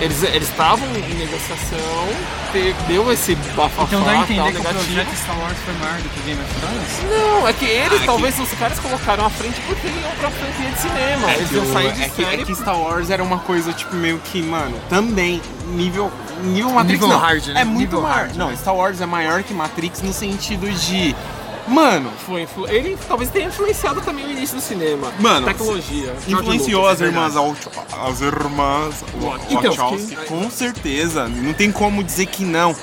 Speaker 5: Eles eh, eles estavam em negociação, te- deu esse bafafá
Speaker 4: Então dá a
Speaker 3: tá
Speaker 5: tal,
Speaker 4: entender que o
Speaker 5: negativo.
Speaker 4: projeto Star Wars foi maior do que Game of Thrones?
Speaker 5: Não, é que
Speaker 3: Ah,
Speaker 5: eles, talvez, os caras colocaram à frente porque iam pra franquia de cinema.
Speaker 3: É
Speaker 5: eles
Speaker 3: que,
Speaker 5: iam
Speaker 3: o,
Speaker 5: sair de
Speaker 3: é, que,
Speaker 5: série
Speaker 3: é que Star Wars era uma coisa, tipo, meio que, mano, também, nível, nível Matrix
Speaker 4: Nível
Speaker 3: não.
Speaker 4: hard, né?
Speaker 3: É muito
Speaker 4: Nível
Speaker 3: maior.
Speaker 4: hard,
Speaker 3: não, Star Wars é maior que Matrix no sentido de, mano,
Speaker 5: Foi influ- Ele talvez tenha influenciado também o início do cinema.
Speaker 3: Mano,
Speaker 5: tecnologia.
Speaker 3: influenciou as
Speaker 5: George Lucas,
Speaker 3: irmãs Wach- as irmãs Wa-
Speaker 5: Então,
Speaker 3: Wachowski,
Speaker 5: que-
Speaker 3: com certeza, não tem como dizer que não.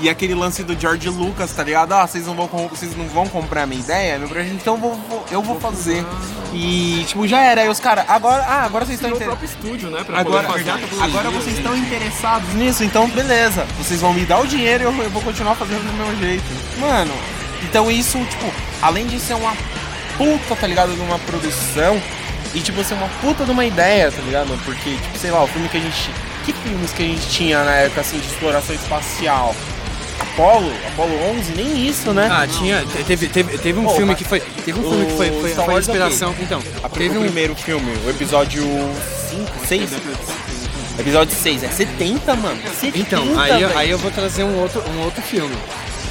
Speaker 3: E aquele lance do George Lucas, tá ligado? Ah, vocês não vão, com- vocês não vão comprar a minha ideia, meu projeto, então eu vou, vou- eu vou fazer. E tipo, já era. Aí os caras, agora, ah, agora vocês
Speaker 5: é
Speaker 3: estão
Speaker 5: verdade. Criou o
Speaker 3: entendendo.
Speaker 5: próprio estúdio, né? Pra
Speaker 3: Agora,
Speaker 5: poder fazer a tecnologia,
Speaker 3: agora vocês
Speaker 5: assim.
Speaker 3: estão interessados nisso, então beleza. Vocês vão me dar o dinheiro e eu, eu vou continuar fazendo do meu jeito. Mano, então isso, tipo, além de ser uma puta, tá ligado? De uma produção e, tipo, ser uma puta de uma ideia, tá ligado? Porque, tipo, sei lá, o filme que a gente. Que filmes que a gente tinha na época, assim, de exploração espacial? Apolo? Apolo 11? Nem isso, né?
Speaker 4: Ah, tinha. Teve, teve, teve um
Speaker 3: Pô,
Speaker 4: filme
Speaker 3: mas-
Speaker 4: que foi. Teve um filme que foi,
Speaker 3: o
Speaker 4: foi,
Speaker 3: Star
Speaker 4: foi
Speaker 3: Wars é o quê?
Speaker 4: inspiração. Então,
Speaker 3: A-
Speaker 4: teve
Speaker 3: o
Speaker 4: um.
Speaker 3: primeiro filme, o episódio 5, 6? Episódio 6, é 70, mano. 70,
Speaker 4: Então, aí,
Speaker 3: velho.
Speaker 4: aí eu vou trazer um outro, um outro filme.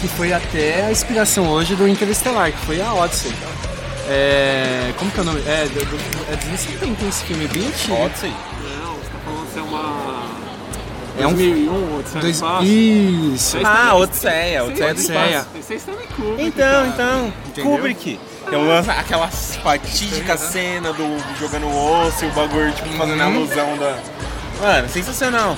Speaker 4: Que foi até a inspiração hoje do Interestelar, que foi a Odyssey. É. Como que é o nome? É, do, do, é dos anos 70 esse filme, é bem antigo.
Speaker 3: Odyssey.
Speaker 5: Não, você tá falando que é uma.
Speaker 4: É um-
Speaker 5: 2001, outro tá
Speaker 4: Dois-
Speaker 5: espaço.
Speaker 4: Isso.
Speaker 3: Ah, Odisseia, Odisseia é do
Speaker 4: Odisseia.
Speaker 3: Espaço.
Speaker 5: um, Vocês estão em Cuba.
Speaker 3: Então, então,
Speaker 4: Entendeu?
Speaker 3: Kubrick. Eu lanço É aquela fatídica cena do jogando osso e o bagulho, tipo, fazendo a alusão da... Mano, sensacional.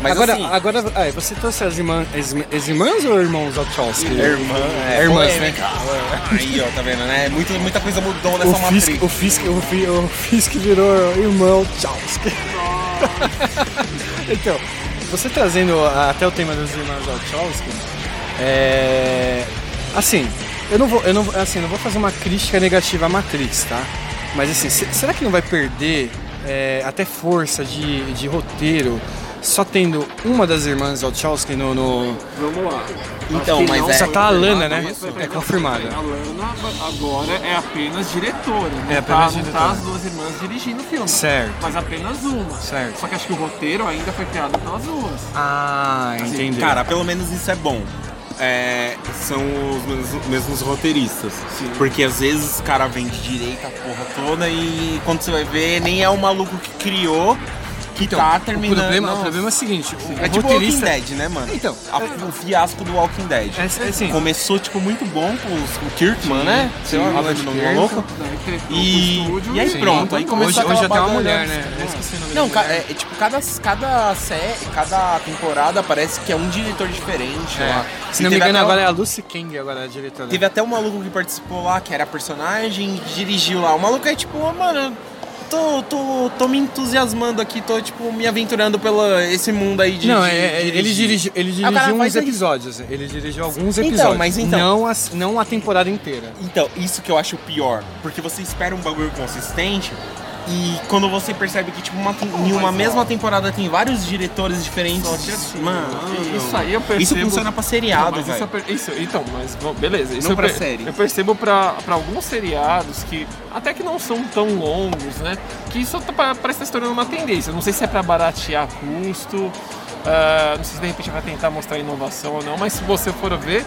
Speaker 3: Mas
Speaker 4: agora,
Speaker 3: assim,
Speaker 4: agora ah, você trouxe as irmãs, as, as irmãs ou irmãos Wachowski?
Speaker 3: irmã... É,
Speaker 4: Irmãs,
Speaker 3: polêmica. Aí, ó, tá vendo, né? Muito, muita coisa mudou nessa
Speaker 4: O Fisk, o
Speaker 3: matriz.
Speaker 4: Fisk, o Fi- o Fisk virou irmão Wachowski. então, você trazendo até o tema dos irmãos Wachowski, é... assim, eu não vou, eu não, assim, não vou fazer uma crítica negativa à Matrix, tá? Mas assim, se- será que não vai perder é, até força de, de roteiro só tendo uma das irmãs Wachowski no, no,
Speaker 5: Vamos lá.
Speaker 3: Então,
Speaker 5: Acho que
Speaker 3: mas
Speaker 5: não,
Speaker 3: é-
Speaker 5: só
Speaker 4: Só tá a Lana, né?
Speaker 5: Isso,
Speaker 4: É confirmada.
Speaker 5: A Lana agora é apenas diretora. Não
Speaker 4: É
Speaker 5: é
Speaker 4: apenas
Speaker 5: apenas tá, não tá
Speaker 4: diretora.
Speaker 5: as duas irmãs dirigindo o filme.
Speaker 4: Certo.
Speaker 5: Mas apenas uma.
Speaker 4: Certo.
Speaker 5: Só que acho que o roteiro ainda foi criado pelas duas.
Speaker 4: Ah, entendi.
Speaker 3: Cara, pelo menos isso é bom. É, são os mesmos, mesmos roteiristas. Porque às vezes o cara vem de direita a porra toda e quando você vai ver, nem é o maluco que criou que tá terminando.
Speaker 4: Então, O problema, o
Speaker 3: Nossa.
Speaker 4: problema é o seguinte, o
Speaker 3: É tipo
Speaker 4: roteirista...
Speaker 3: Walking Dead, né, mano?
Speaker 4: Então,
Speaker 3: A- o fiasco do Walking Dead.
Speaker 4: é, é assim,
Speaker 3: Começou, tipo, muito bom com os- com o Kirkman, né? Sei lá,
Speaker 4: sim,
Speaker 3: não lembro o nome do
Speaker 4: Kirkman.
Speaker 3: maluco.
Speaker 5: Daí criou o
Speaker 3: E-
Speaker 5: estúdio
Speaker 3: e aí
Speaker 4: sim.
Speaker 3: pronto, aí começou
Speaker 4: hoje,
Speaker 3: aquela
Speaker 4: hoje até uma
Speaker 3: bagunça.
Speaker 4: mulher, né? Eu esqueci o nome
Speaker 3: Não,
Speaker 4: da
Speaker 3: ca-
Speaker 4: mulher.
Speaker 3: é, é, tipo, cada, cada série, cada temporada parece que é um diretor diferente lá.
Speaker 4: É. Se
Speaker 3: E
Speaker 4: não
Speaker 3: teve
Speaker 4: me engano,
Speaker 3: até o-
Speaker 4: agora é a Lucy King, agora a diretora.
Speaker 3: Teve até um maluco que participou lá, que era personagem, que dirigiu lá. O maluco é tipo, "Ô, mano, tô, tô, tô me entusiasmando aqui, tô tipo me aventurando pelo esse mundo aí de.
Speaker 4: Não, é,
Speaker 3: de-
Speaker 4: é,
Speaker 3: dirigir."
Speaker 4: ele dirigiu, ele
Speaker 3: Ah, o cara
Speaker 4: dirigiu uns
Speaker 3: faz aí.
Speaker 4: episódios. assim. Ele dirigiu alguns
Speaker 3: Então,
Speaker 4: episódios.
Speaker 3: mas então-
Speaker 4: Não a, não a temporada inteira.
Speaker 3: Então, isso que eu acho pior, porque você espera um bagulho consistente e quando você percebe que tipo uma, tem- em uma mesma temporada tem vários diretores diferentes.
Speaker 5: Só que assim,
Speaker 3: mano,
Speaker 5: Isso aí eu percebo.
Speaker 3: isso funciona pra
Speaker 5: Não,
Speaker 3: seriado,
Speaker 5: mas isso, eu
Speaker 3: velho.
Speaker 5: per- isso, então, mas bom, beleza. Isso
Speaker 3: Não
Speaker 5: eu
Speaker 3: pra
Speaker 5: per-
Speaker 3: série.
Speaker 5: Eu percebo pra, pra alguns seriados que, até que não são tão longos, né? Que isso tá, pa- parece estar se tornando uma tendência. Não sei se é pra baratear custo, ah, não sei se de repente vai tentar mostrar inovação ou não, mas se você for ver.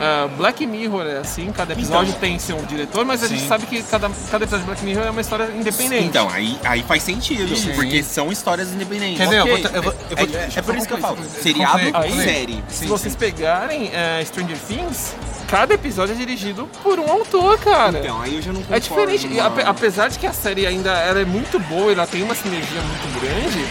Speaker 5: ah, Black Mirror é assim, cada episódio
Speaker 3: Então.
Speaker 5: tem seu diretor, mas a gente sabe que cada, cada episódio de Black Mirror é uma história independente.
Speaker 3: Então, aí, aí faz sentido,
Speaker 4: Sim.
Speaker 3: porque são histórias independentes.
Speaker 4: Quer ver?
Speaker 5: ok.
Speaker 4: Eu vou, tra- eu vou- eu
Speaker 3: É,
Speaker 4: vou-
Speaker 3: é por isso que eu falo, seriado,
Speaker 4: Completa,
Speaker 5: completa.
Speaker 3: série.
Speaker 5: Se vocês pegarem eh, Stranger Things, cada episódio é dirigido por um autor, cara.
Speaker 3: Então, aí eu já não concordo.
Speaker 5: é diferente. E ape-
Speaker 3: mano.
Speaker 5: apesar de que a série ainda ela é muito boa, ela tem uma sinergia muito grande,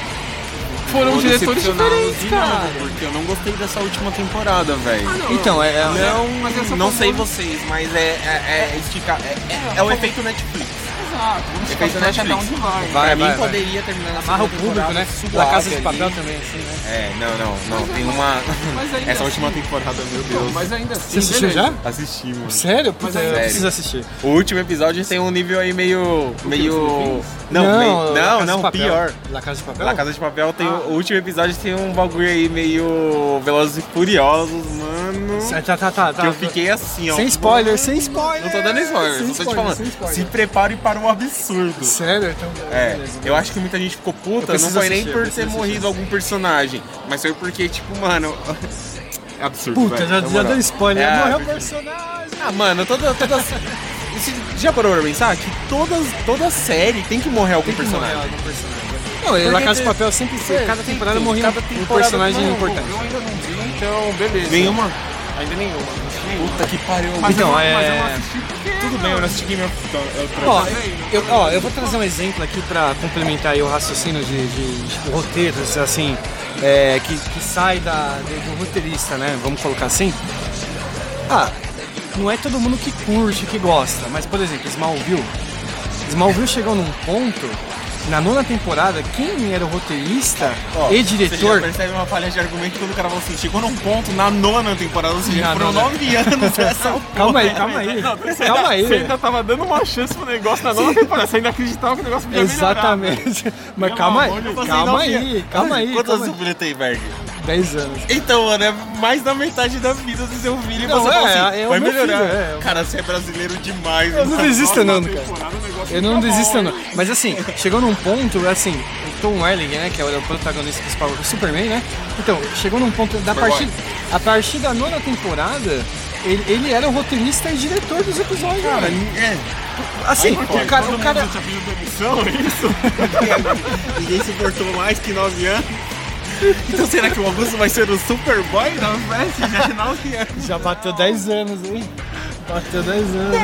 Speaker 5: foram
Speaker 3: Vou
Speaker 5: diretores
Speaker 3: decepcionar
Speaker 5: diferentes,
Speaker 3: de
Speaker 5: cara.
Speaker 3: novo, Porque eu não gostei dessa última temporada, velho.
Speaker 4: Então, é, é-
Speaker 3: Não,
Speaker 5: mas essa
Speaker 3: não
Speaker 5: foi
Speaker 3: sei
Speaker 5: uma-
Speaker 3: vocês, mas é, é, é esticar. É, é- é o efeito Netflix.
Speaker 5: Exato. Vamos
Speaker 3: Efeito
Speaker 5: ficar até
Speaker 3: Netflix.
Speaker 5: onde é vai.
Speaker 4: Vai,
Speaker 3: pra mim
Speaker 4: vai, vai.
Speaker 3: poderia terminar na
Speaker 4: amarra o
Speaker 3: segunda
Speaker 4: público,
Speaker 3: temporada,
Speaker 4: né?
Speaker 3: suave
Speaker 4: Da Casa de
Speaker 3: ali.
Speaker 4: Papel também, assim, né?
Speaker 3: É, não, não, não. Tem uma.
Speaker 5: Mas ainda
Speaker 3: Essa é última
Speaker 5: assim-
Speaker 3: temporada, meu
Speaker 5: Não,
Speaker 3: Deus.
Speaker 5: Mas ainda assim.
Speaker 4: Você assistiu
Speaker 5: beleza.
Speaker 4: já?
Speaker 3: Assisti, mano.
Speaker 4: Sério? Puta,
Speaker 3: é
Speaker 4: eu
Speaker 3: sério.
Speaker 4: preciso assistir.
Speaker 3: O último episódio tem um nível aí meio. meio.
Speaker 5: Stranger Things?
Speaker 3: Não, meio- não,
Speaker 4: La é Casa
Speaker 3: não,
Speaker 4: de Papel. Ah.
Speaker 3: pior.
Speaker 4: La Casa de Papel?
Speaker 3: Na Casa de Papel tem o- o último episódio tem um bagulho aí meio Velozes e Furiosos, mano.
Speaker 4: Tá, tá, tá, tá,
Speaker 3: Que eu fiquei assim, ó.
Speaker 4: Sem spoiler, sem spoiler.
Speaker 3: Não tô dando spoiler,
Speaker 4: Sem
Speaker 3: só tô te
Speaker 4: spoiler,
Speaker 3: falando.
Speaker 4: sem spoiler.
Speaker 3: Se prepare para um absurdo.
Speaker 4: Sério? Então,
Speaker 3: É,
Speaker 4: beleza.
Speaker 3: eu acho que muita gente ficou puta, não
Speaker 4: preciso
Speaker 3: foi nem
Speaker 4: assistir, eu
Speaker 3: por ter
Speaker 4: preciso
Speaker 3: morrido
Speaker 4: assistir.
Speaker 3: algum personagem, mas foi porque, tipo, mano. É absurdo.
Speaker 4: Puta,
Speaker 3: velho,
Speaker 4: já,
Speaker 3: na
Speaker 4: já
Speaker 3: moral.
Speaker 4: deu spoiler.
Speaker 3: É,
Speaker 4: Morreu o
Speaker 3: porque-
Speaker 4: personagem.
Speaker 3: Ah, mano, toda. toda... Você Já parou pra pensar que todas, toda série tem que morrer algum personagem?
Speaker 4: Morreu algum personagem. Não, La
Speaker 3: Porque
Speaker 4: Casa de
Speaker 3: tem-
Speaker 4: Papel sempre foi. Cada temporada
Speaker 3: tem-
Speaker 4: morria
Speaker 3: cada
Speaker 4: um
Speaker 3: temporada-
Speaker 4: personagem
Speaker 3: Mano,
Speaker 4: importante.
Speaker 5: Eu ainda não vi, então beleza.
Speaker 3: Nenhuma?
Speaker 5: Ainda nenhuma. não assisti nenhuma.
Speaker 3: Puta que pariu.
Speaker 5: Mas
Speaker 4: Então,
Speaker 5: eu, mas eu
Speaker 4: é-
Speaker 5: não assisti porque.
Speaker 3: Tudo bem, eu não assisti Game of
Speaker 4: Ó,
Speaker 3: Thrones.
Speaker 4: eu, ó, eu vou trazer um exemplo aqui pra complementar aí o raciocínio de, de, tipo, roteiros, assim, é, que, que sai da, de- do roteirista, né? Vamos colocar assim. Ah, não é todo mundo que curte, que gosta, mas, por exemplo, Smallville. Smallville chegou num ponto, na nona temporada, quem era o roteirista
Speaker 3: Ó, Você
Speaker 4: e
Speaker 3: já
Speaker 4: diretor...
Speaker 3: percebe uma falha de argumento quando o cara fala assim, chegou num ponto na nona temporada, ou seja,
Speaker 4: Na
Speaker 3: foram
Speaker 4: nona.
Speaker 3: nove anos é um essa
Speaker 4: Calma aí, calma aí, calma aí.
Speaker 5: Você ainda tava dando uma chance pro negócio na nova temporada. Você ainda acreditava que o negócio podia melhorar.
Speaker 4: Exatamente. Mas
Speaker 5: Pelo
Speaker 4: calma aí,
Speaker 5: amor de Deus,
Speaker 4: calma
Speaker 3: assim, não,
Speaker 4: aí, calma aí.
Speaker 3: Quantos anos
Speaker 4: calma
Speaker 3: seu
Speaker 4: aí.
Speaker 3: filho tem, Berg?
Speaker 4: 10 anos.
Speaker 3: Então, mano, é mais da metade da vida do seu filho e
Speaker 4: Não,
Speaker 3: você
Speaker 4: é,
Speaker 3: fala assim,
Speaker 4: é o
Speaker 3: vai
Speaker 4: meu
Speaker 3: melhorar.
Speaker 4: filho, é.
Speaker 3: Cara, você é brasileiro demais.
Speaker 4: Eu não
Speaker 3: mano.
Speaker 4: desisto não, cara.
Speaker 5: Temporada, o negócio
Speaker 4: Eu não
Speaker 5: fica bom,
Speaker 4: desisto,
Speaker 5: hein?
Speaker 4: não. Mas assim, chegou num ponto, assim, o Tom Welling, né, que é o protagonista principal do Superman, né? Então, chegou num ponto, da
Speaker 3: Superboy.
Speaker 4: partir, a partir da nona temporada, ele, ele era o roteirista e diretor dos episódios,
Speaker 3: Cara,
Speaker 4: né?
Speaker 3: ninguém, é,
Speaker 4: Assim,
Speaker 5: Olha,
Speaker 4: o cara,
Speaker 5: todo
Speaker 4: o cara,
Speaker 5: mundo já pediu demissão, é isso?
Speaker 3: ninguém suportou mais que nove anos. Então será que o Augusto vai ser o Superboy da festa? Já é nove anos.
Speaker 4: já bateu 10 anos, hein? Bateu 10 anos.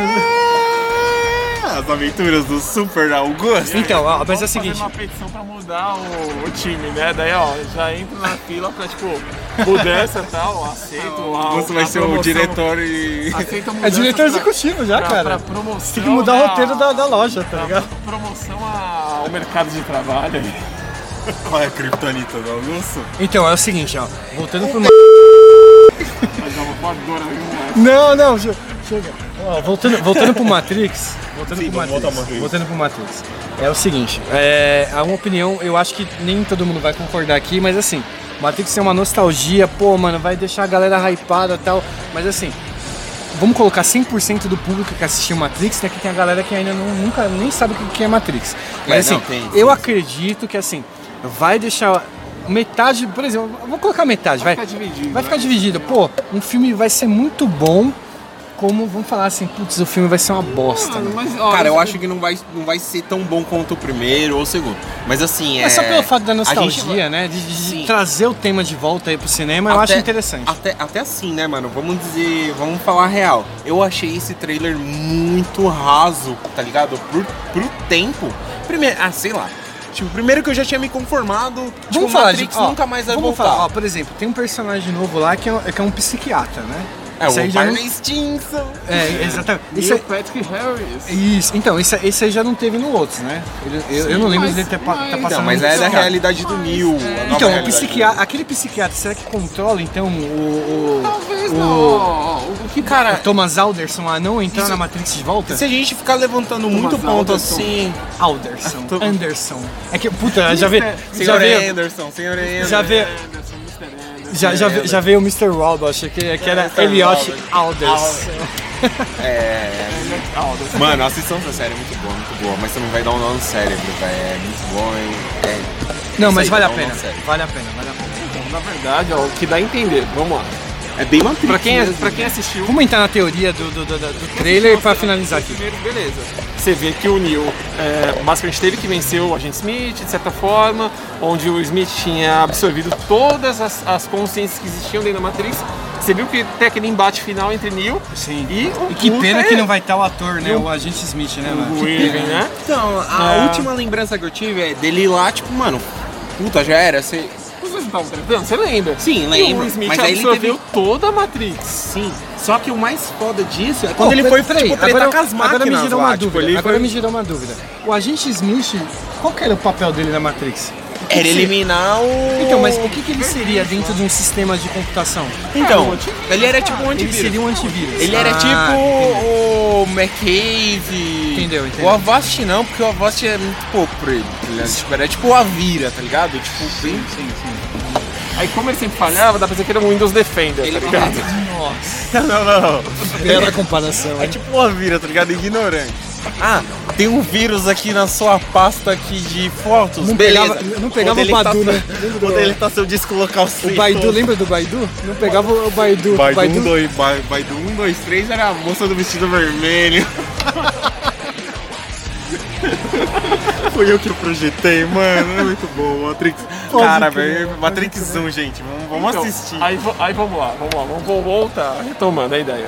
Speaker 3: Ah, As aventuras do Super Augusto.
Speaker 4: Então, ó, mas
Speaker 5: Vamos
Speaker 4: é o seguinte,
Speaker 5: fazer uma petição pra mudar o, o time, né? Daí, ó, já entra na fila pra, tipo, mudança e tal, aceito
Speaker 3: O
Speaker 5: a
Speaker 3: Augusto vai
Speaker 5: a
Speaker 3: ser o
Speaker 5: promoção.
Speaker 3: diretor e...
Speaker 5: Aceito a
Speaker 4: é
Speaker 5: mudança
Speaker 4: diretor
Speaker 5: pra-
Speaker 4: executivo já,
Speaker 5: pra- pra
Speaker 4: cara.
Speaker 5: promoção,
Speaker 4: Tem que mudar
Speaker 5: né,
Speaker 4: o roteiro
Speaker 5: a-
Speaker 4: da, da loja, tá
Speaker 5: pra
Speaker 4: ligado?
Speaker 5: Promoção a- ao mercado de trabalho.
Speaker 3: Qual é a criptonita do Augusto?
Speaker 4: Então, é o seguinte, ó, voltando pro...
Speaker 5: Mas não, voadora nenhuma.
Speaker 4: Não, não, che- chega. Ó, voltando, voltando pro Matrix. Voltando
Speaker 3: Sim,
Speaker 4: pro
Speaker 3: vamos
Speaker 4: Matrix,
Speaker 3: voltar ao Matrix.
Speaker 4: Voltando pro Matrix. É o seguinte, é, há uma opinião, eu acho que nem todo mundo vai concordar aqui, mas assim, Matrix é uma nostalgia, pô, mano, vai deixar a galera hypada e tal, mas assim. Vamos colocar 100% do público que assistiu Matrix, né? Que tem a galera que ainda não, nunca nem sabe o que que é Matrix. Mas
Speaker 3: É,
Speaker 4: assim,
Speaker 3: não, tem,
Speaker 4: eu acredito que assim, vai deixar metade, por exemplo, vou colocar metade, vai.
Speaker 5: Fica dividido.
Speaker 4: Vai
Speaker 5: né?
Speaker 4: ficar dividido. Pô, um filme vai ser muito bom, como vamos falar assim, putz, o filme vai ser uma bosta.
Speaker 3: Hum,
Speaker 5: Mano,
Speaker 4: né?
Speaker 5: mas, ó,
Speaker 3: Cara, eu
Speaker 5: isso-
Speaker 3: acho que não vai, não vai ser tão bom quanto o primeiro ou o segundo. Mas assim, é.
Speaker 4: Mas só pelo fato da
Speaker 3: a gente-
Speaker 4: nostalgia, né? De, de- de
Speaker 3: Sim.
Speaker 4: trazer o tema de volta aí pro cinema, eu
Speaker 3: Até-
Speaker 4: acho interessante.
Speaker 3: Até, até assim, né, mano? Vamos dizer. Vamos falar a real. Eu achei esse trailer muito raso, tá ligado? Pro, pro tempo. Primeiro. Ah, sei lá. Tipo, primeiro que eu já tinha me conformado. tipo,
Speaker 4: vamos falar
Speaker 3: Matrix
Speaker 4: de, ó,
Speaker 3: nunca mais vai
Speaker 4: vamos
Speaker 3: voltar.
Speaker 4: falar, ó, por exemplo, tem um personagem novo lá que é, um- que é um psiquiatra, né?
Speaker 3: é,
Speaker 4: Isso aí
Speaker 3: o
Speaker 4: já não-
Speaker 3: Barney Stinson.
Speaker 4: É, exatamente.
Speaker 5: E
Speaker 4: Isso
Speaker 5: o
Speaker 4: aí-
Speaker 5: Patrick Harris.
Speaker 4: isso, então, esse, esse aí já não teve no outro, né? Ele- eu, eu não lembro
Speaker 5: mas-
Speaker 4: de ele ter pa- tá
Speaker 5: mas-
Speaker 4: passando
Speaker 3: Então,
Speaker 4: no
Speaker 3: mas é da
Speaker 4: psiquiatra.
Speaker 3: realidade do Neil. a nova
Speaker 4: Então, o
Speaker 3: realidade.
Speaker 4: psiquiatra- aquele psiquiatra, será que controla, então, o... o-
Speaker 5: Talvez
Speaker 4: o-
Speaker 5: não. ó, O que
Speaker 4: O
Speaker 3: Cara.
Speaker 4: Thomas Alderson a não entrar
Speaker 3: Isso-
Speaker 4: na Matrix de volta?
Speaker 3: Se a gente ficar levantando muito
Speaker 5: Thomas
Speaker 3: ponto
Speaker 5: Alderson.
Speaker 3: assim.
Speaker 4: Alderson.
Speaker 3: Tô-
Speaker 4: Anderson. É que, puta, já vê.
Speaker 5: Mr.
Speaker 4: Já
Speaker 3: Senhor
Speaker 4: vê.
Speaker 3: Anderson, senhor Anderson.
Speaker 4: Já vê.
Speaker 5: Anderson, Mr. Anderson.
Speaker 4: Já, já, vê-
Speaker 3: Anderson.
Speaker 4: já veio o Mr. Robot, achei que, que era
Speaker 3: Mr.
Speaker 4: Eliot
Speaker 3: Robot.
Speaker 4: Alderson.
Speaker 3: É.
Speaker 5: Ah, o Anderson.
Speaker 3: Mano, assistam essa série, é muito boa, muito boa. Mas também vai dar um nó no cérebro, velho. É muito bom, hein? É.
Speaker 4: Não,
Speaker 3: Isso
Speaker 4: mas
Speaker 3: aí,
Speaker 4: vale a
Speaker 3: não,
Speaker 4: pena.
Speaker 3: não, sério.
Speaker 4: Vale a pena, vale a pena.
Speaker 5: Então, na verdade, ó, o que dá a entender. Vamos lá.
Speaker 3: É bem Matrix.
Speaker 5: Pra quem,
Speaker 3: mesmo.
Speaker 5: pra quem assistiu.
Speaker 4: Vamos entrar na teoria do, do, do, do- do trailer pra finalizar aqui.
Speaker 5: Primeiro, beleza. Você vê que o Neil é, basicamente teve que vencer o Agente Smith, de certa forma, onde o Smith tinha absorvido todas as, as consciências que existiam dentro da Matrix. Você viu que tem aquele embate final entre Neil
Speaker 4: Sim.
Speaker 5: e o
Speaker 4: E que pena
Speaker 5: Luther,
Speaker 4: que não vai estar o ator, né? O agente Smith, né,
Speaker 5: O
Speaker 4: mano?
Speaker 5: Irving, né?
Speaker 3: Então, a
Speaker 5: É.
Speaker 3: última lembrança que eu tive é dele lá, tipo, mano, puta, já era. Você...
Speaker 5: Vocês não estavam tretando? Você lembra?
Speaker 3: Sim,
Speaker 5: E o
Speaker 3: lembro.
Speaker 5: Smith
Speaker 3: Mas aí ele
Speaker 5: absorveu
Speaker 3: teve.
Speaker 5: toda a Matrix.
Speaker 3: Sim. Só que o mais foda disso é quando ele
Speaker 4: Pô,
Speaker 3: foi
Speaker 4: peraí,
Speaker 3: tipo, tretar
Speaker 4: agora,
Speaker 3: com as máquinas.
Speaker 4: agora me gerou
Speaker 3: lá,
Speaker 4: uma
Speaker 3: tipo,
Speaker 4: dúvida.
Speaker 3: ele
Speaker 4: agora
Speaker 3: foi-
Speaker 4: me gerou uma dúvida. O agente Smith, qual que era o papel dele na Matrix?
Speaker 3: Era eliminar o.
Speaker 4: Então, mas o que, que ele seria dentro de um sistema de computação?
Speaker 3: Então, ele era tipo um
Speaker 4: Ele
Speaker 3: antivírus.
Speaker 4: seria um antivírus.
Speaker 3: Ele
Speaker 4: Ah,
Speaker 3: era
Speaker 4: entendi.
Speaker 3: tipo o McCave.
Speaker 4: Entendeu, entendeu.
Speaker 3: O Avast não, porque o Avast é muito pouco pra ele, tá ligado? Tipo, era tipo o Avira, tá ligado? Tipo, bem.
Speaker 5: Sim, sim. Aí como ele sempre falhava, dá pra dizer que era um Windows Defender, tá ligado?
Speaker 4: Nossa,
Speaker 3: Não, não, não.
Speaker 4: bela comparação.
Speaker 3: É
Speaker 4: hein?
Speaker 3: tipo o Avira, tá ligado? Ignorante. Ah, tem um vírus aqui na sua pasta aqui de fotos.
Speaker 2: Não
Speaker 3: Beleza. tá
Speaker 2: pegava- não pegava
Speaker 3: Vou
Speaker 2: o Badu,
Speaker 3: deletar
Speaker 2: né?
Speaker 3: seu-
Speaker 2: Lembra do-
Speaker 3: Vou deletar seu disco local
Speaker 2: O
Speaker 3: 6.
Speaker 2: Baidu, lembra do Baidu? Não pegava o Baidu.
Speaker 3: Baidu 1, 2, Baidu 1, 2, 3 um, era a moça do vestido vermelho. Foi eu que projetei, mano. É muito bom, Matrix. Cara, velho, Matrix 1, gente. Vamos, vamos
Speaker 5: Então,
Speaker 3: assistir.
Speaker 5: Aí, vo- aí vamos lá, vamos lá, vamos, vamos voltar, retomando a ideia.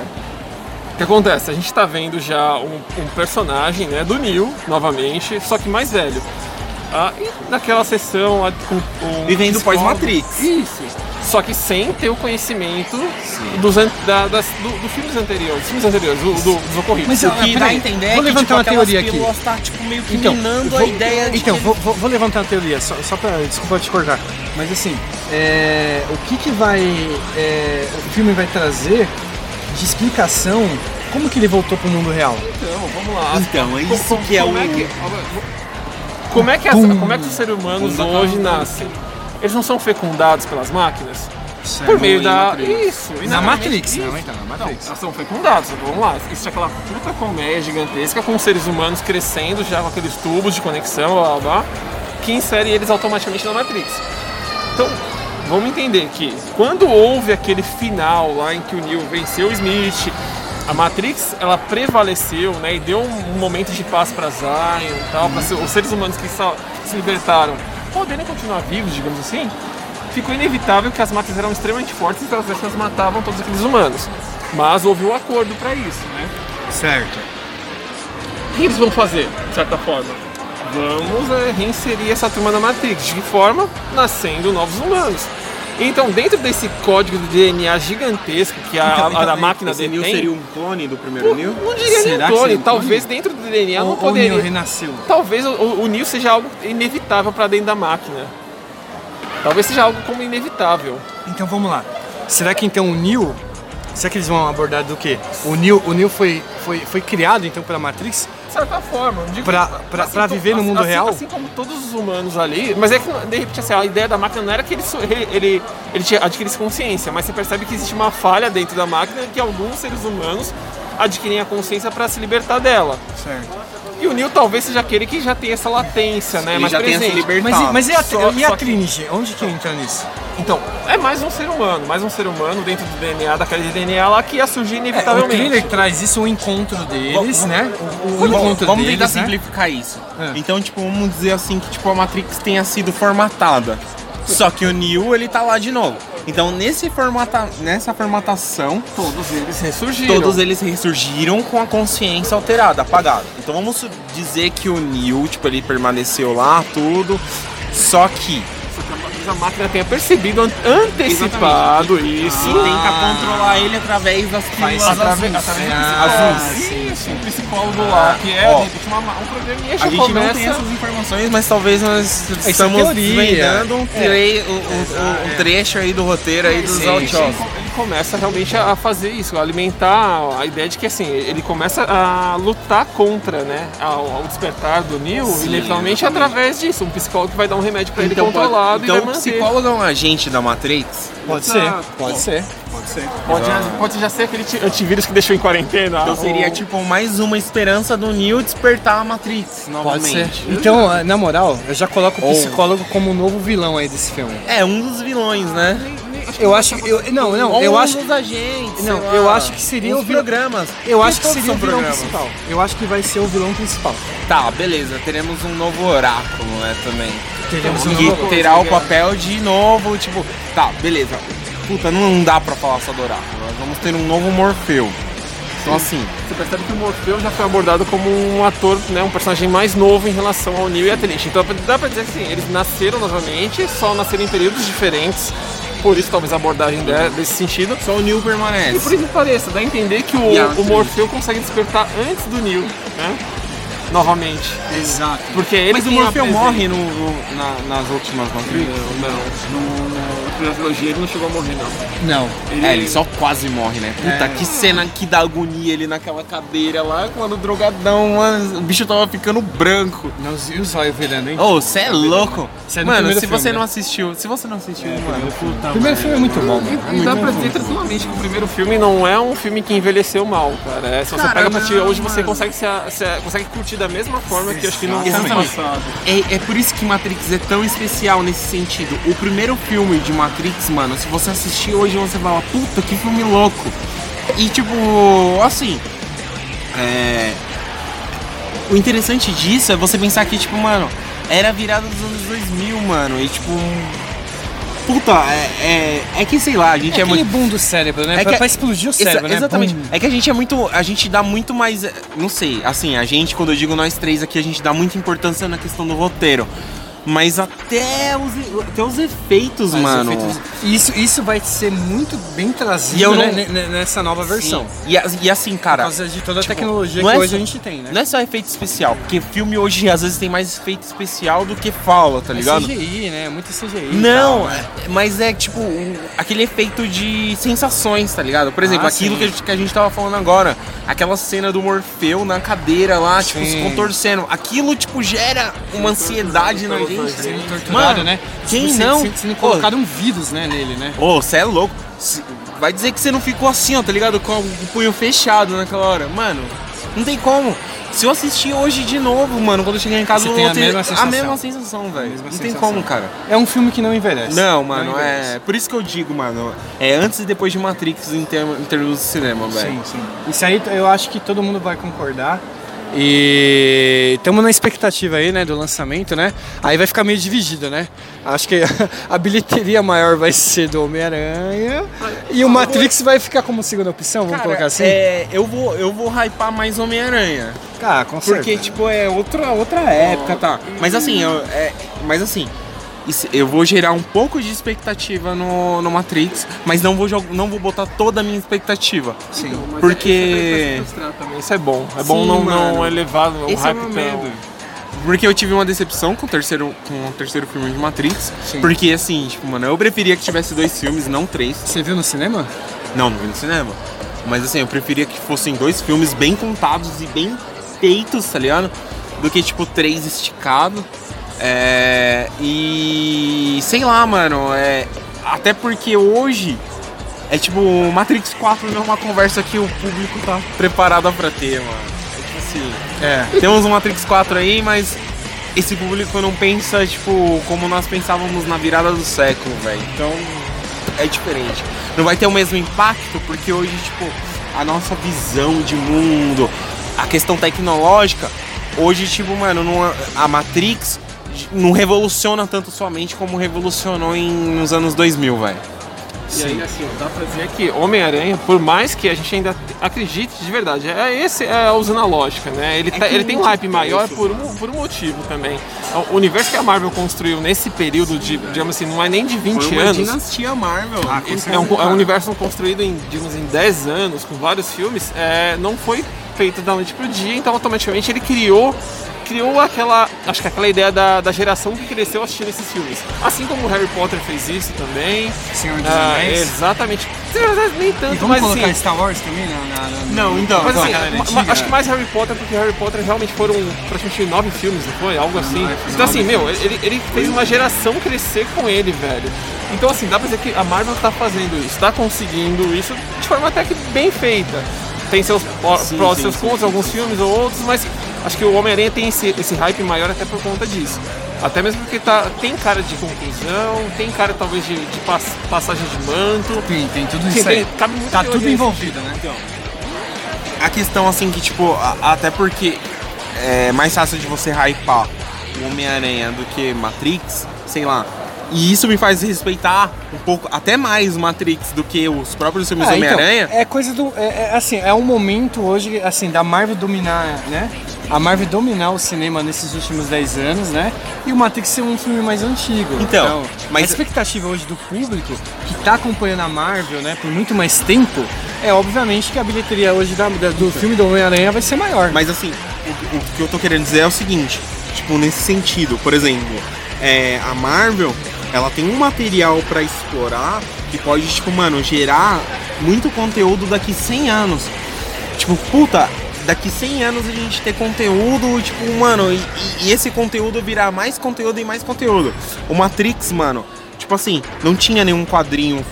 Speaker 5: O que acontece? A gente tá vendo já um, um personagem, né, do Neil, novamente, só que mais velho. Ah, e naquela sessão lá com o.
Speaker 3: Vivendo
Speaker 5: psicólogo.
Speaker 3: pós-Matrix.
Speaker 5: Isso. Só que sem ter o conhecimento dos, an- da- das, do, do filmes anteriores, dos filmes anteriores, do, do- dos ocorridos.
Speaker 4: Mas
Speaker 3: O
Speaker 4: Ah,
Speaker 3: que
Speaker 4: peraí,
Speaker 3: dá a entender é
Speaker 4: vou
Speaker 3: que
Speaker 4: levantar
Speaker 3: tipo,
Speaker 4: uma
Speaker 3: aquelas
Speaker 4: teoria aqui. Então,
Speaker 3: pílulas tá tipo meio que minando a
Speaker 4: vou-
Speaker 3: ideia de
Speaker 4: então
Speaker 3: que-
Speaker 4: vou, vou- vou levantar uma teoria, só, só pra. Desculpa te cortar. Mas assim, é, o que, que vai. é, o filme vai trazer de explicação como que ele voltou pro mundo real?
Speaker 5: Então, vamos lá.
Speaker 3: Então, é isso
Speaker 5: Como-
Speaker 3: que é
Speaker 5: como
Speaker 3: o-
Speaker 5: Como é que, as- como é que os seres humanos hoje nascem? Eles não são fecundados pelas máquinas? Por meio da. Isso, e
Speaker 4: é Na Matrix,
Speaker 3: né?
Speaker 5: isso.
Speaker 4: não, então, na
Speaker 5: Não,
Speaker 4: Matrix.
Speaker 5: elas são fecundadas, vamos lá. Isso é aquela puta colmeia gigantesca com os seres humanos crescendo já com aqueles tubos de conexão, blá blá blá, que insere eles automaticamente na Matrix. Então, vamos entender que quando houve aquele final lá em que o Neo venceu o Smith, a Matrix ela prevaleceu, né, e deu um, um momento de paz para Zion, e tal, para os seres humanos que sa- se libertaram poderem continuar vivos, digamos assim. Ficou inevitável que as máquinas eram extremamente fortes e elas, elas matavam todos aqueles humanos. Mas houve um acordo para isso, né?
Speaker 4: Certo.
Speaker 5: O que eles vão fazer, de certa forma? Vamos é, reinserir essa turma na Matrix. De que forma? Nascendo novos humanos. Então, dentro desse código de DNA gigantesco que a,
Speaker 4: Então,
Speaker 5: a-
Speaker 4: é,
Speaker 5: a máquina
Speaker 3: Esse Neo
Speaker 5: detém...
Speaker 3: seria um clone do primeiro Neo?
Speaker 5: Não diria
Speaker 4: Será
Speaker 5: Será
Speaker 4: que
Speaker 5: nem
Speaker 4: seria
Speaker 5: clone.
Speaker 4: um
Speaker 5: Talvez dentro do DNA
Speaker 4: Ou,
Speaker 5: não
Speaker 4: ou o Neo
Speaker 5: poderia...
Speaker 4: renasceu.
Speaker 5: Talvez o, o, o Neo seja algo inevitável para dentro da máquina. Talvez seja algo como inevitável.
Speaker 4: Então vamos lá. Será que então o Neo. Será que eles vão abordar do quê? O Neo, o Neo foi, foi, foi criado então pela Matrix?
Speaker 5: De certa forma, não digo
Speaker 4: Pra- pra- pra
Speaker 5: como-
Speaker 4: viver no mundo
Speaker 5: assim-
Speaker 4: real?
Speaker 5: Assim como todos os humanos ali, mas é que de repente assim, a ideia da máquina não era que ele, su- ele, ele, ele tinha- adquirisse consciência, mas você percebe que existe uma falha dentro da máquina que alguns seres humanos adquirem a consciência para se libertar dela.
Speaker 4: Certo.
Speaker 5: E o Neo talvez seja aquele que já tem essa latência, né?
Speaker 3: Ele
Speaker 5: mais
Speaker 3: já tem
Speaker 5: presente.
Speaker 3: essa liberdade.
Speaker 4: Mas, e- mas e a,
Speaker 5: Só-
Speaker 4: e a
Speaker 5: só que-
Speaker 4: Trinity? Onde que entra nisso?
Speaker 5: Então, é mais um ser humano, mais um ser humano dentro do DNA, daquele DNA lá que ia surgir
Speaker 4: É,
Speaker 3: É,
Speaker 4: o
Speaker 5: inevitavelmente.
Speaker 4: trailer traz isso, o encontro deles,
Speaker 3: Vamos-
Speaker 4: né? O, o
Speaker 3: Bom,
Speaker 4: encontro
Speaker 3: vamos
Speaker 4: deles,
Speaker 3: tentar
Speaker 4: né?
Speaker 3: simplificar isso.
Speaker 4: É.
Speaker 3: Então, tipo, vamos dizer assim que tipo, a Matrix tenha sido formatada. Só que o Neo, ele tá lá de novo. Então, nesse formata... nessa formatação,
Speaker 5: todos eles ressurgiram.
Speaker 3: todos eles ressurgiram com a consciência alterada, apagada. Então, vamos su- dizer que o Neo, tipo, ele permaneceu lá, tudo. Só que
Speaker 5: Talvez a máquina tenha percebido, an- antecipado
Speaker 3: se
Speaker 5: isso.
Speaker 3: tenta controlar ele através das pílulas
Speaker 5: Ah. Através,
Speaker 3: azuis.
Speaker 5: através
Speaker 3: Ah,
Speaker 5: do
Speaker 3: azuis.
Speaker 5: Isso, um psicólogo lá, que é
Speaker 3: Ó.
Speaker 5: de repente, uma- um programinha já
Speaker 3: A gente não tem
Speaker 5: começa.
Speaker 3: essas informações, mas talvez nós
Speaker 4: é
Speaker 3: estamos
Speaker 4: teoria.
Speaker 3: vendando um, tre- um- um- um trecho aí do roteiro aí dos
Speaker 4: Sim,
Speaker 3: Outshot.
Speaker 5: Ele começa realmente a fazer isso, a alimentar a ideia de que assim, ele começa a lutar contra, né? Ao, ao despertar do Neil,
Speaker 3: Sim,
Speaker 5: inevitavelmente
Speaker 3: exatamente.
Speaker 5: através disso. Um psicólogo que vai dar um remédio pra ele
Speaker 3: pode-
Speaker 5: controlado
Speaker 3: então
Speaker 5: e
Speaker 3: o
Speaker 5: vai manter.
Speaker 3: psicólogo é um agente da Matrix?
Speaker 4: Pode ser,
Speaker 5: Exato.
Speaker 4: pode ser.
Speaker 5: Pode, pode já ser aquele ti- antivírus que deixou em quarentena.
Speaker 3: Então seria
Speaker 5: ou-
Speaker 3: tipo mais uma esperança do Neo despertar a Matrix
Speaker 4: Pode
Speaker 3: novamente.
Speaker 4: ser. Então, ah, na moral, eu já coloco o
Speaker 3: Ou-
Speaker 4: psicólogo como o novo vilão aí desse filme.
Speaker 3: É, um dos vilões, né?
Speaker 4: Eu acho que. eu- não, não,
Speaker 3: Ou
Speaker 4: eu
Speaker 3: um
Speaker 4: acho.
Speaker 3: dos agentes.
Speaker 4: Não,
Speaker 3: sei lá.
Speaker 4: eu acho que seria
Speaker 3: Uns
Speaker 4: o vil-
Speaker 3: programas.
Speaker 4: Eu
Speaker 3: Porque
Speaker 4: acho que
Speaker 3: todos
Speaker 4: seria o
Speaker 3: são
Speaker 4: vilão
Speaker 3: programas.
Speaker 4: principal. Eu acho que vai ser o vilão principal.
Speaker 3: Tá, beleza. Teremos um novo oráculo, né, também.
Speaker 4: Teremos um
Speaker 3: que
Speaker 4: novo-
Speaker 3: terá o papel de novo, tipo, tá, beleza. Puta, não dá pra falar só do oráculo. Nós vamos ter um novo Morfeu. Então assim,
Speaker 5: Você percebe que o Morfeu já foi abordado como um ator, né, um personagem mais novo em relação ao Neo e a Trinity. Então dá pra dizer assim, eles nasceram novamente, só nasceram em períodos diferentes, por isso talvez a abordagem de- desse sentido.
Speaker 3: só o Neo
Speaker 5: E por
Speaker 3: permanece.
Speaker 5: isso que pareça, dá a entender que o,
Speaker 3: E a
Speaker 5: o
Speaker 3: Trinity.
Speaker 5: Morfeu consegue despertar antes do Neo, né? novamente.
Speaker 4: Exato.
Speaker 5: Porque é ele
Speaker 3: Mas o
Speaker 5: tem a
Speaker 3: Morfeu
Speaker 5: presen-
Speaker 3: morre né? no, no- na- nas últimas Matrix?
Speaker 5: Não, não. No, na primeira trilogia ele não chegou a morrer, não.
Speaker 4: Não.
Speaker 5: Ele,
Speaker 3: É, ele só quase morre, né? Puta,
Speaker 4: É.
Speaker 3: que cena que dá agonia ele naquela cadeira lá, quando drogadão, mano, o bicho tava ficando branco.
Speaker 4: Não, e o zóio virando, hein?
Speaker 3: Ô, cê é louco!
Speaker 4: Cê é do
Speaker 3: mano,
Speaker 4: primeiro
Speaker 3: se
Speaker 4: filme,
Speaker 3: você
Speaker 4: né?
Speaker 3: não assistiu, se você não assistiu, mano, puta,
Speaker 4: O primeiro filme é muito bom, mano.
Speaker 5: E, e dá pra dizer tranquilamente que o primeiro filme não é um filme que envelheceu mal, cara. É, se você
Speaker 3: Cara,
Speaker 5: pega pra ti
Speaker 3: não, é.
Speaker 5: hoje, você
Speaker 3: mano.
Speaker 5: consegue, se, a- se a- consegue curtir da mesma forma que eu acho que não
Speaker 3: Exatamente. É, é por isso que Matrix é tão especial nesse sentido. O primeiro filme de Matrix, mano, se você assistir hoje, você fala, puta, que filme louco. E tipo, assim. É. O interessante disso é você pensar que, tipo, mano, era a virada dos anos 2000, mano. E tipo. Puta, é, é, é que sei lá, a gente é,
Speaker 4: aquele
Speaker 3: muito.
Speaker 4: boom do cérebro, né?
Speaker 3: É
Speaker 4: pra,
Speaker 3: que-
Speaker 4: pra explodir o
Speaker 3: Exa-
Speaker 4: cérebro, né?
Speaker 3: Exatamente.
Speaker 4: Boom.
Speaker 3: É que a gente é muito. A gente dá muito mais. eh, Não sei, assim, a gente, quando eu digo nós três aqui, a gente dá muita importância na questão do roteiro. Mas até os, e- até os efeitos,
Speaker 4: Mas
Speaker 3: mano.
Speaker 4: efeitos- Isso, isso vai ser muito bem trazido
Speaker 3: E eu não-
Speaker 4: né, ne- nessa nova versão.
Speaker 3: Sim. E, as- e assim,
Speaker 4: Por
Speaker 3: cara.
Speaker 4: causa de toda a
Speaker 3: tipo,
Speaker 4: tecnologia
Speaker 3: não
Speaker 4: que
Speaker 3: é
Speaker 4: hoje
Speaker 3: só-
Speaker 4: a gente tem, né?
Speaker 3: Não é só efeito especial, porque filme hoje às vezes tem mais efeito especial do que fala, tá ligado?
Speaker 4: CGI, né? Muito CGI. e
Speaker 3: Não,
Speaker 4: tal, né?
Speaker 3: é- mas é tipo o- aquele efeito de sensações, tá ligado? Por exemplo,
Speaker 4: Ah,
Speaker 3: aquilo
Speaker 4: sim.
Speaker 3: que a, gente, que a gente tava falando agora, aquela cena do Morfeu na cadeira lá, tipo, se
Speaker 4: Sim.
Speaker 3: contorcendo. Aquilo, tipo, gera uma ansiedade na gente.
Speaker 4: Sendo
Speaker 3: Mano,
Speaker 4: torturado, né?
Speaker 3: Quem
Speaker 4: tá? Tipo,
Speaker 3: não?
Speaker 4: Sendo, sendo
Speaker 3: Pô,
Speaker 4: colocado um vírus, né, nele, né?
Speaker 3: Ô, você é louco. Cê- Vai dizer que você não ficou assim, ó, tá ligado? Com o punho fechado naquela hora. Mano, não tem como. Se eu assistir hoje de novo, mano, quando eu chegar em casa,
Speaker 4: Você
Speaker 3: eu
Speaker 4: tem
Speaker 3: vou
Speaker 4: a
Speaker 3: ter
Speaker 4: mesma sensação.
Speaker 3: mesma sensação, velho. Não
Speaker 4: mesma
Speaker 3: tem
Speaker 4: sensação.
Speaker 3: como, cara.
Speaker 4: É um filme que não envelhece.
Speaker 3: Não, mano,
Speaker 4: envelhece.
Speaker 3: é. Por isso que eu digo, mano, é antes e depois de Matrix em termo- em termos de cinema, velho.
Speaker 4: Sim, sim. Isso aí eu acho que todo mundo vai concordar. E estamos na expectativa aí, né, do lançamento, né? Aí vai ficar meio dividido, né? Acho que a bilheteria maior vai ser do Homem-Aranha e o Matrix vai ficar como segunda opção, vamos colocar assim?
Speaker 3: É, eu vou, eu vou hypar mais Homem-Aranha.
Speaker 4: Cara, Ah, com
Speaker 3: Porque,
Speaker 4: certeza.
Speaker 3: tipo, é outra, outra época, tá? Mas assim, eu, é, mas assim. isso- Eu vou gerar um pouco de expectativa no, no Matrix, mas não vou, jog- não vou botar toda a minha expectativa.
Speaker 4: Sim.
Speaker 5: é
Speaker 3: é Porque.
Speaker 5: Isso é bom. É bom
Speaker 3: Sim,
Speaker 5: não, não
Speaker 3: mano.
Speaker 5: elevar o
Speaker 3: Esse é
Speaker 5: hype
Speaker 3: o meu
Speaker 5: tão-
Speaker 3: medo. Porque eu tive uma decepção com o terceiro, com o terceiro filme de Matrix.
Speaker 4: Sim.
Speaker 3: Porque assim, tipo, mano, eu preferia que tivesse dois filmes, não três.
Speaker 4: Você viu no cinema?
Speaker 3: Não, não vi no cinema. Mas assim, eu preferia que fossem dois filmes bem contados e bem feitos, tá ligado? Do que tipo três esticado. É. E. Sei lá, mano. É. Até porque hoje. É tipo, Matrix 4 não é uma conversa que o público tá preparado pra ter, mano. É tipo assim.
Speaker 4: É.
Speaker 3: Temos um Matrix 4 aí, mas esse público não pensa, tipo, como nós pensávamos na virada do século, velho. Então, é diferente. Não vai ter o mesmo impacto, porque hoje, tipo, a nossa visão de mundo, a questão tecnológica, hoje, tipo, mano, não- a Matrix não revoluciona tanto sua mente como revolucionou em, nos anos 2000, velho.
Speaker 5: E aí, assim, dá pra dizer que Homem-Aranha, por mais que a gente ainda te- acredite de verdade, é esse é usando a lógica, né? Ele, tá-
Speaker 3: que
Speaker 5: ele
Speaker 3: o
Speaker 5: tem um
Speaker 3: motivo
Speaker 5: hype
Speaker 3: é
Speaker 5: maior
Speaker 3: esse,
Speaker 5: por um, por um motivo também. O universo que a Marvel construiu nesse período de, digamos assim, não é nem de 20 anos.
Speaker 3: dinastia Marvel. Ah,
Speaker 5: É um, é um universo construído em, digamos, em 10 anos, com vários filmes, é, não foi feito da noite pro dia, então automaticamente ele criou criou aquela, acho que aquela ideia da, da geração que cresceu assistindo esses filmes. Assim como o Harry Potter fez isso também.
Speaker 4: Senhor dos
Speaker 5: Ah,
Speaker 4: Anéis.
Speaker 5: exatamente. Senhor dos Anéis nem
Speaker 4: E
Speaker 5: tanto,
Speaker 4: vamos
Speaker 5: mas
Speaker 4: colocar
Speaker 5: assim,
Speaker 4: Star Wars também na... na- na-
Speaker 3: Não, então,
Speaker 5: mas, assim,
Speaker 4: aquela
Speaker 5: ma-
Speaker 4: antiga.
Speaker 5: ma- acho que mais Harry Potter, porque Harry Potter realmente foram praticamente nove filmes, não foi? Algo assim.
Speaker 4: nove,
Speaker 5: Então, assim,
Speaker 4: nove
Speaker 5: meu, ele, ele fez uma geração crescer com ele, velho. Então, assim, dá pra dizer que a Marvel tá fazendo isso, tá conseguindo isso de forma até que bem feita. Tem seus pró-
Speaker 3: Sim,
Speaker 5: prós
Speaker 3: sim,
Speaker 5: e seus
Speaker 3: sim,
Speaker 5: contras,
Speaker 3: sim,
Speaker 5: alguns filmes ou outros, mas acho que o Homem-Aranha tem esse, esse hype maior até por conta disso. Até mesmo porque tá, tem cara de conclusão, tem cara talvez de, de pas- passagem de manto.
Speaker 4: Tem, tem tudo
Speaker 5: Sim,
Speaker 4: isso aí.
Speaker 5: tem- cabe muito
Speaker 4: Tá
Speaker 5: teoria
Speaker 4: tudo
Speaker 5: nesse
Speaker 4: envolvido, né?
Speaker 3: Então, a questão assim que, tipo, a- até porque é mais fácil de você hypar o Homem-Aranha do que Matrix, sei lá. E isso me faz respeitar um pouco, até mais Matrix do que os próprios filmes do
Speaker 4: Ah, então,
Speaker 3: Homem-Aranha.
Speaker 4: é coisa do. É, é, assim, é um momento hoje, assim, da Marvel dominar, né? A Marvel dominar o cinema nesses últimos 10 anos, né? E o Matrix ser um filme mais antigo.
Speaker 3: Então, mas-
Speaker 4: a expectativa hoje do público que tá acompanhando a Marvel, né, por muito mais tempo, é obviamente que a bilheteria hoje da- da- do filme do Homem-Aranha vai ser maior.
Speaker 3: Mas assim, o, o que eu tô querendo dizer é o seguinte, tipo, nesse sentido, por exemplo, é, a Marvel, ela tem um material pra explorar que pode, tipo, mano, gerar muito conteúdo daqui 100 anos. Tipo, puta, daqui 100 anos a gente ter conteúdo, tipo, mano, e, e- e esse conteúdo virar mais conteúdo e mais conteúdo. O Matrix, mano, tipo assim, não tinha nenhum quadrinho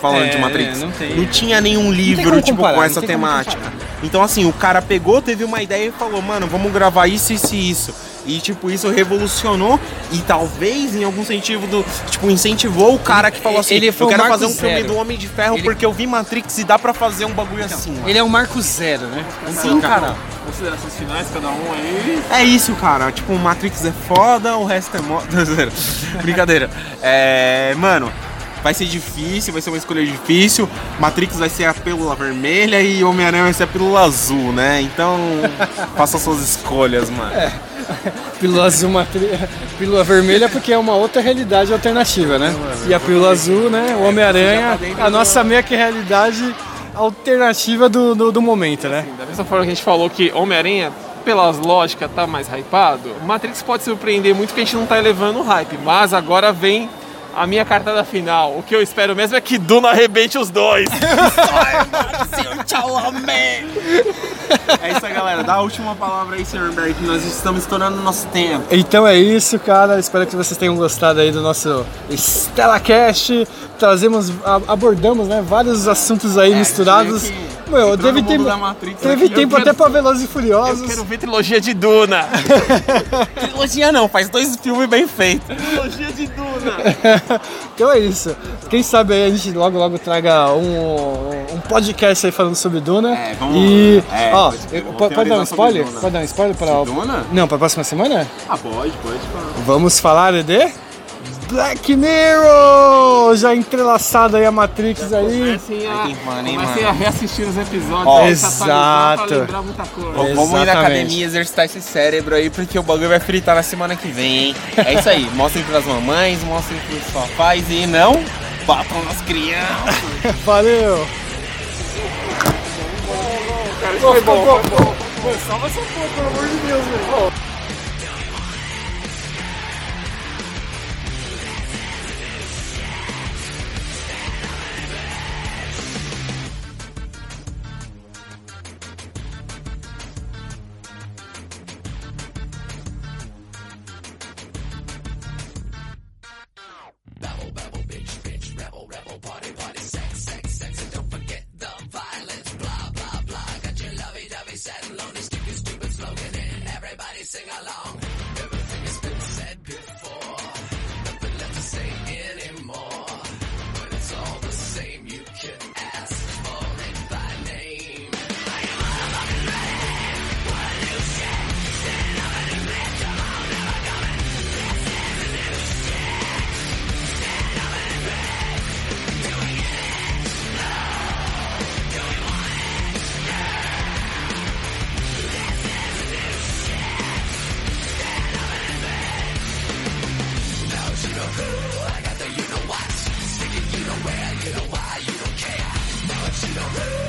Speaker 3: falando
Speaker 4: É,
Speaker 3: de Matrix.
Speaker 4: não tem.
Speaker 3: tinha nenhum livro,
Speaker 2: como
Speaker 3: tipo,
Speaker 2: comparar,
Speaker 3: com
Speaker 2: não
Speaker 3: essa
Speaker 2: tem como
Speaker 3: temática. Então, assim, o cara pegou, teve uma ideia e falou, mano, vamos gravar isso, isso e isso. E, tipo, isso revolucionou e talvez, em algum sentido, tipo, incentivou o cara que falou assim,
Speaker 4: Ele foi
Speaker 3: eu
Speaker 4: o
Speaker 3: quero
Speaker 4: marco
Speaker 3: fazer um filme
Speaker 4: zero.
Speaker 3: do Homem de Ferro
Speaker 4: Ele-
Speaker 3: porque eu vi Matrix e dá pra fazer um bagulho assim, mano.
Speaker 4: Ele é um marco zero, né?
Speaker 3: Sim, cara.
Speaker 5: Considerações finais, cada um aí.
Speaker 3: É isso, cara. Tipo, o Matrix é foda, o resto é moda. Brincadeira. É. Mano, vai ser difícil, vai ser uma escolha difícil. Matrix vai ser a pílula vermelha e Homem-Aranha vai ser a pílula azul, né? Então, faça suas escolhas, mano.
Speaker 4: Pílula azul, uma tri- pílula vermelha, porque é uma outra realidade alternativa, né? E a pílula azul, né? O Homem-Aranha, a nossa meia que é realidade alternativa do, do, do momento, né?
Speaker 5: Da mesma forma que a gente falou que Homem-Aranha, pelas lógicas, tá mais hypado, Matrix pode surpreender muito que a gente não tá elevando o hype. Mas agora vem a minha cartada final. O que eu espero mesmo é que Duna arrebente os dois.
Speaker 3: É isso aí, galera. Dá a última palavra aí, senhor Humberto. Nós estamos estourando o nosso tempo.
Speaker 4: Então é isso, cara. Espero que vocês tenham gostado aí do nosso StellaCast. Trazemos, a- abordamos, né, vários assuntos aí misturados.
Speaker 3: É, meio que
Speaker 4: Meu,
Speaker 3: entrou
Speaker 4: teve
Speaker 3: no mundo
Speaker 4: tempo,
Speaker 3: da Matrix,
Speaker 4: teve
Speaker 3: eu
Speaker 4: tempo
Speaker 5: quero-
Speaker 4: até pra Velozes e
Speaker 5: Eu
Speaker 4: Furiosos.
Speaker 5: quero ver trilogia de Duna.
Speaker 3: Trilogia não, faz dois filmes bem feitos.
Speaker 5: trilogia de Duna.
Speaker 4: então é isso. Quem sabe aí a gente logo, logo traga um, um podcast aí falando sobre Duna.
Speaker 3: É, vamos-
Speaker 4: E,
Speaker 3: é,
Speaker 4: ó,
Speaker 3: pode-
Speaker 4: eu-
Speaker 3: vamos
Speaker 4: pode, dar um
Speaker 3: teorizar sobre
Speaker 4: spoiler?
Speaker 3: Duna.
Speaker 4: Pode dar um spoiler para
Speaker 3: Duna?
Speaker 4: Não, para próxima semana?
Speaker 3: Ah, pode, pode. pode.
Speaker 4: Vamos falar de Black Mirror! Já entrelaçado aí a Matrix aí.
Speaker 5: Comecem
Speaker 3: Aí
Speaker 5: a,
Speaker 3: tem fã, hein,
Speaker 5: comecem
Speaker 3: mano?
Speaker 5: a reassistir os episódios.
Speaker 3: Ó,
Speaker 5: aí se atualizar
Speaker 4: exato.
Speaker 5: Pra lembrar muita coisa.
Speaker 3: Vamos ir na
Speaker 4: Exatamente.
Speaker 3: academia exercitar esse cérebro aí, porque o bagulho vai fritar na semana que vem, hein? É isso aí. Mostrem pras mamães, mostrem pros papais e não batam nas crianças.
Speaker 4: Valeu!
Speaker 6: Now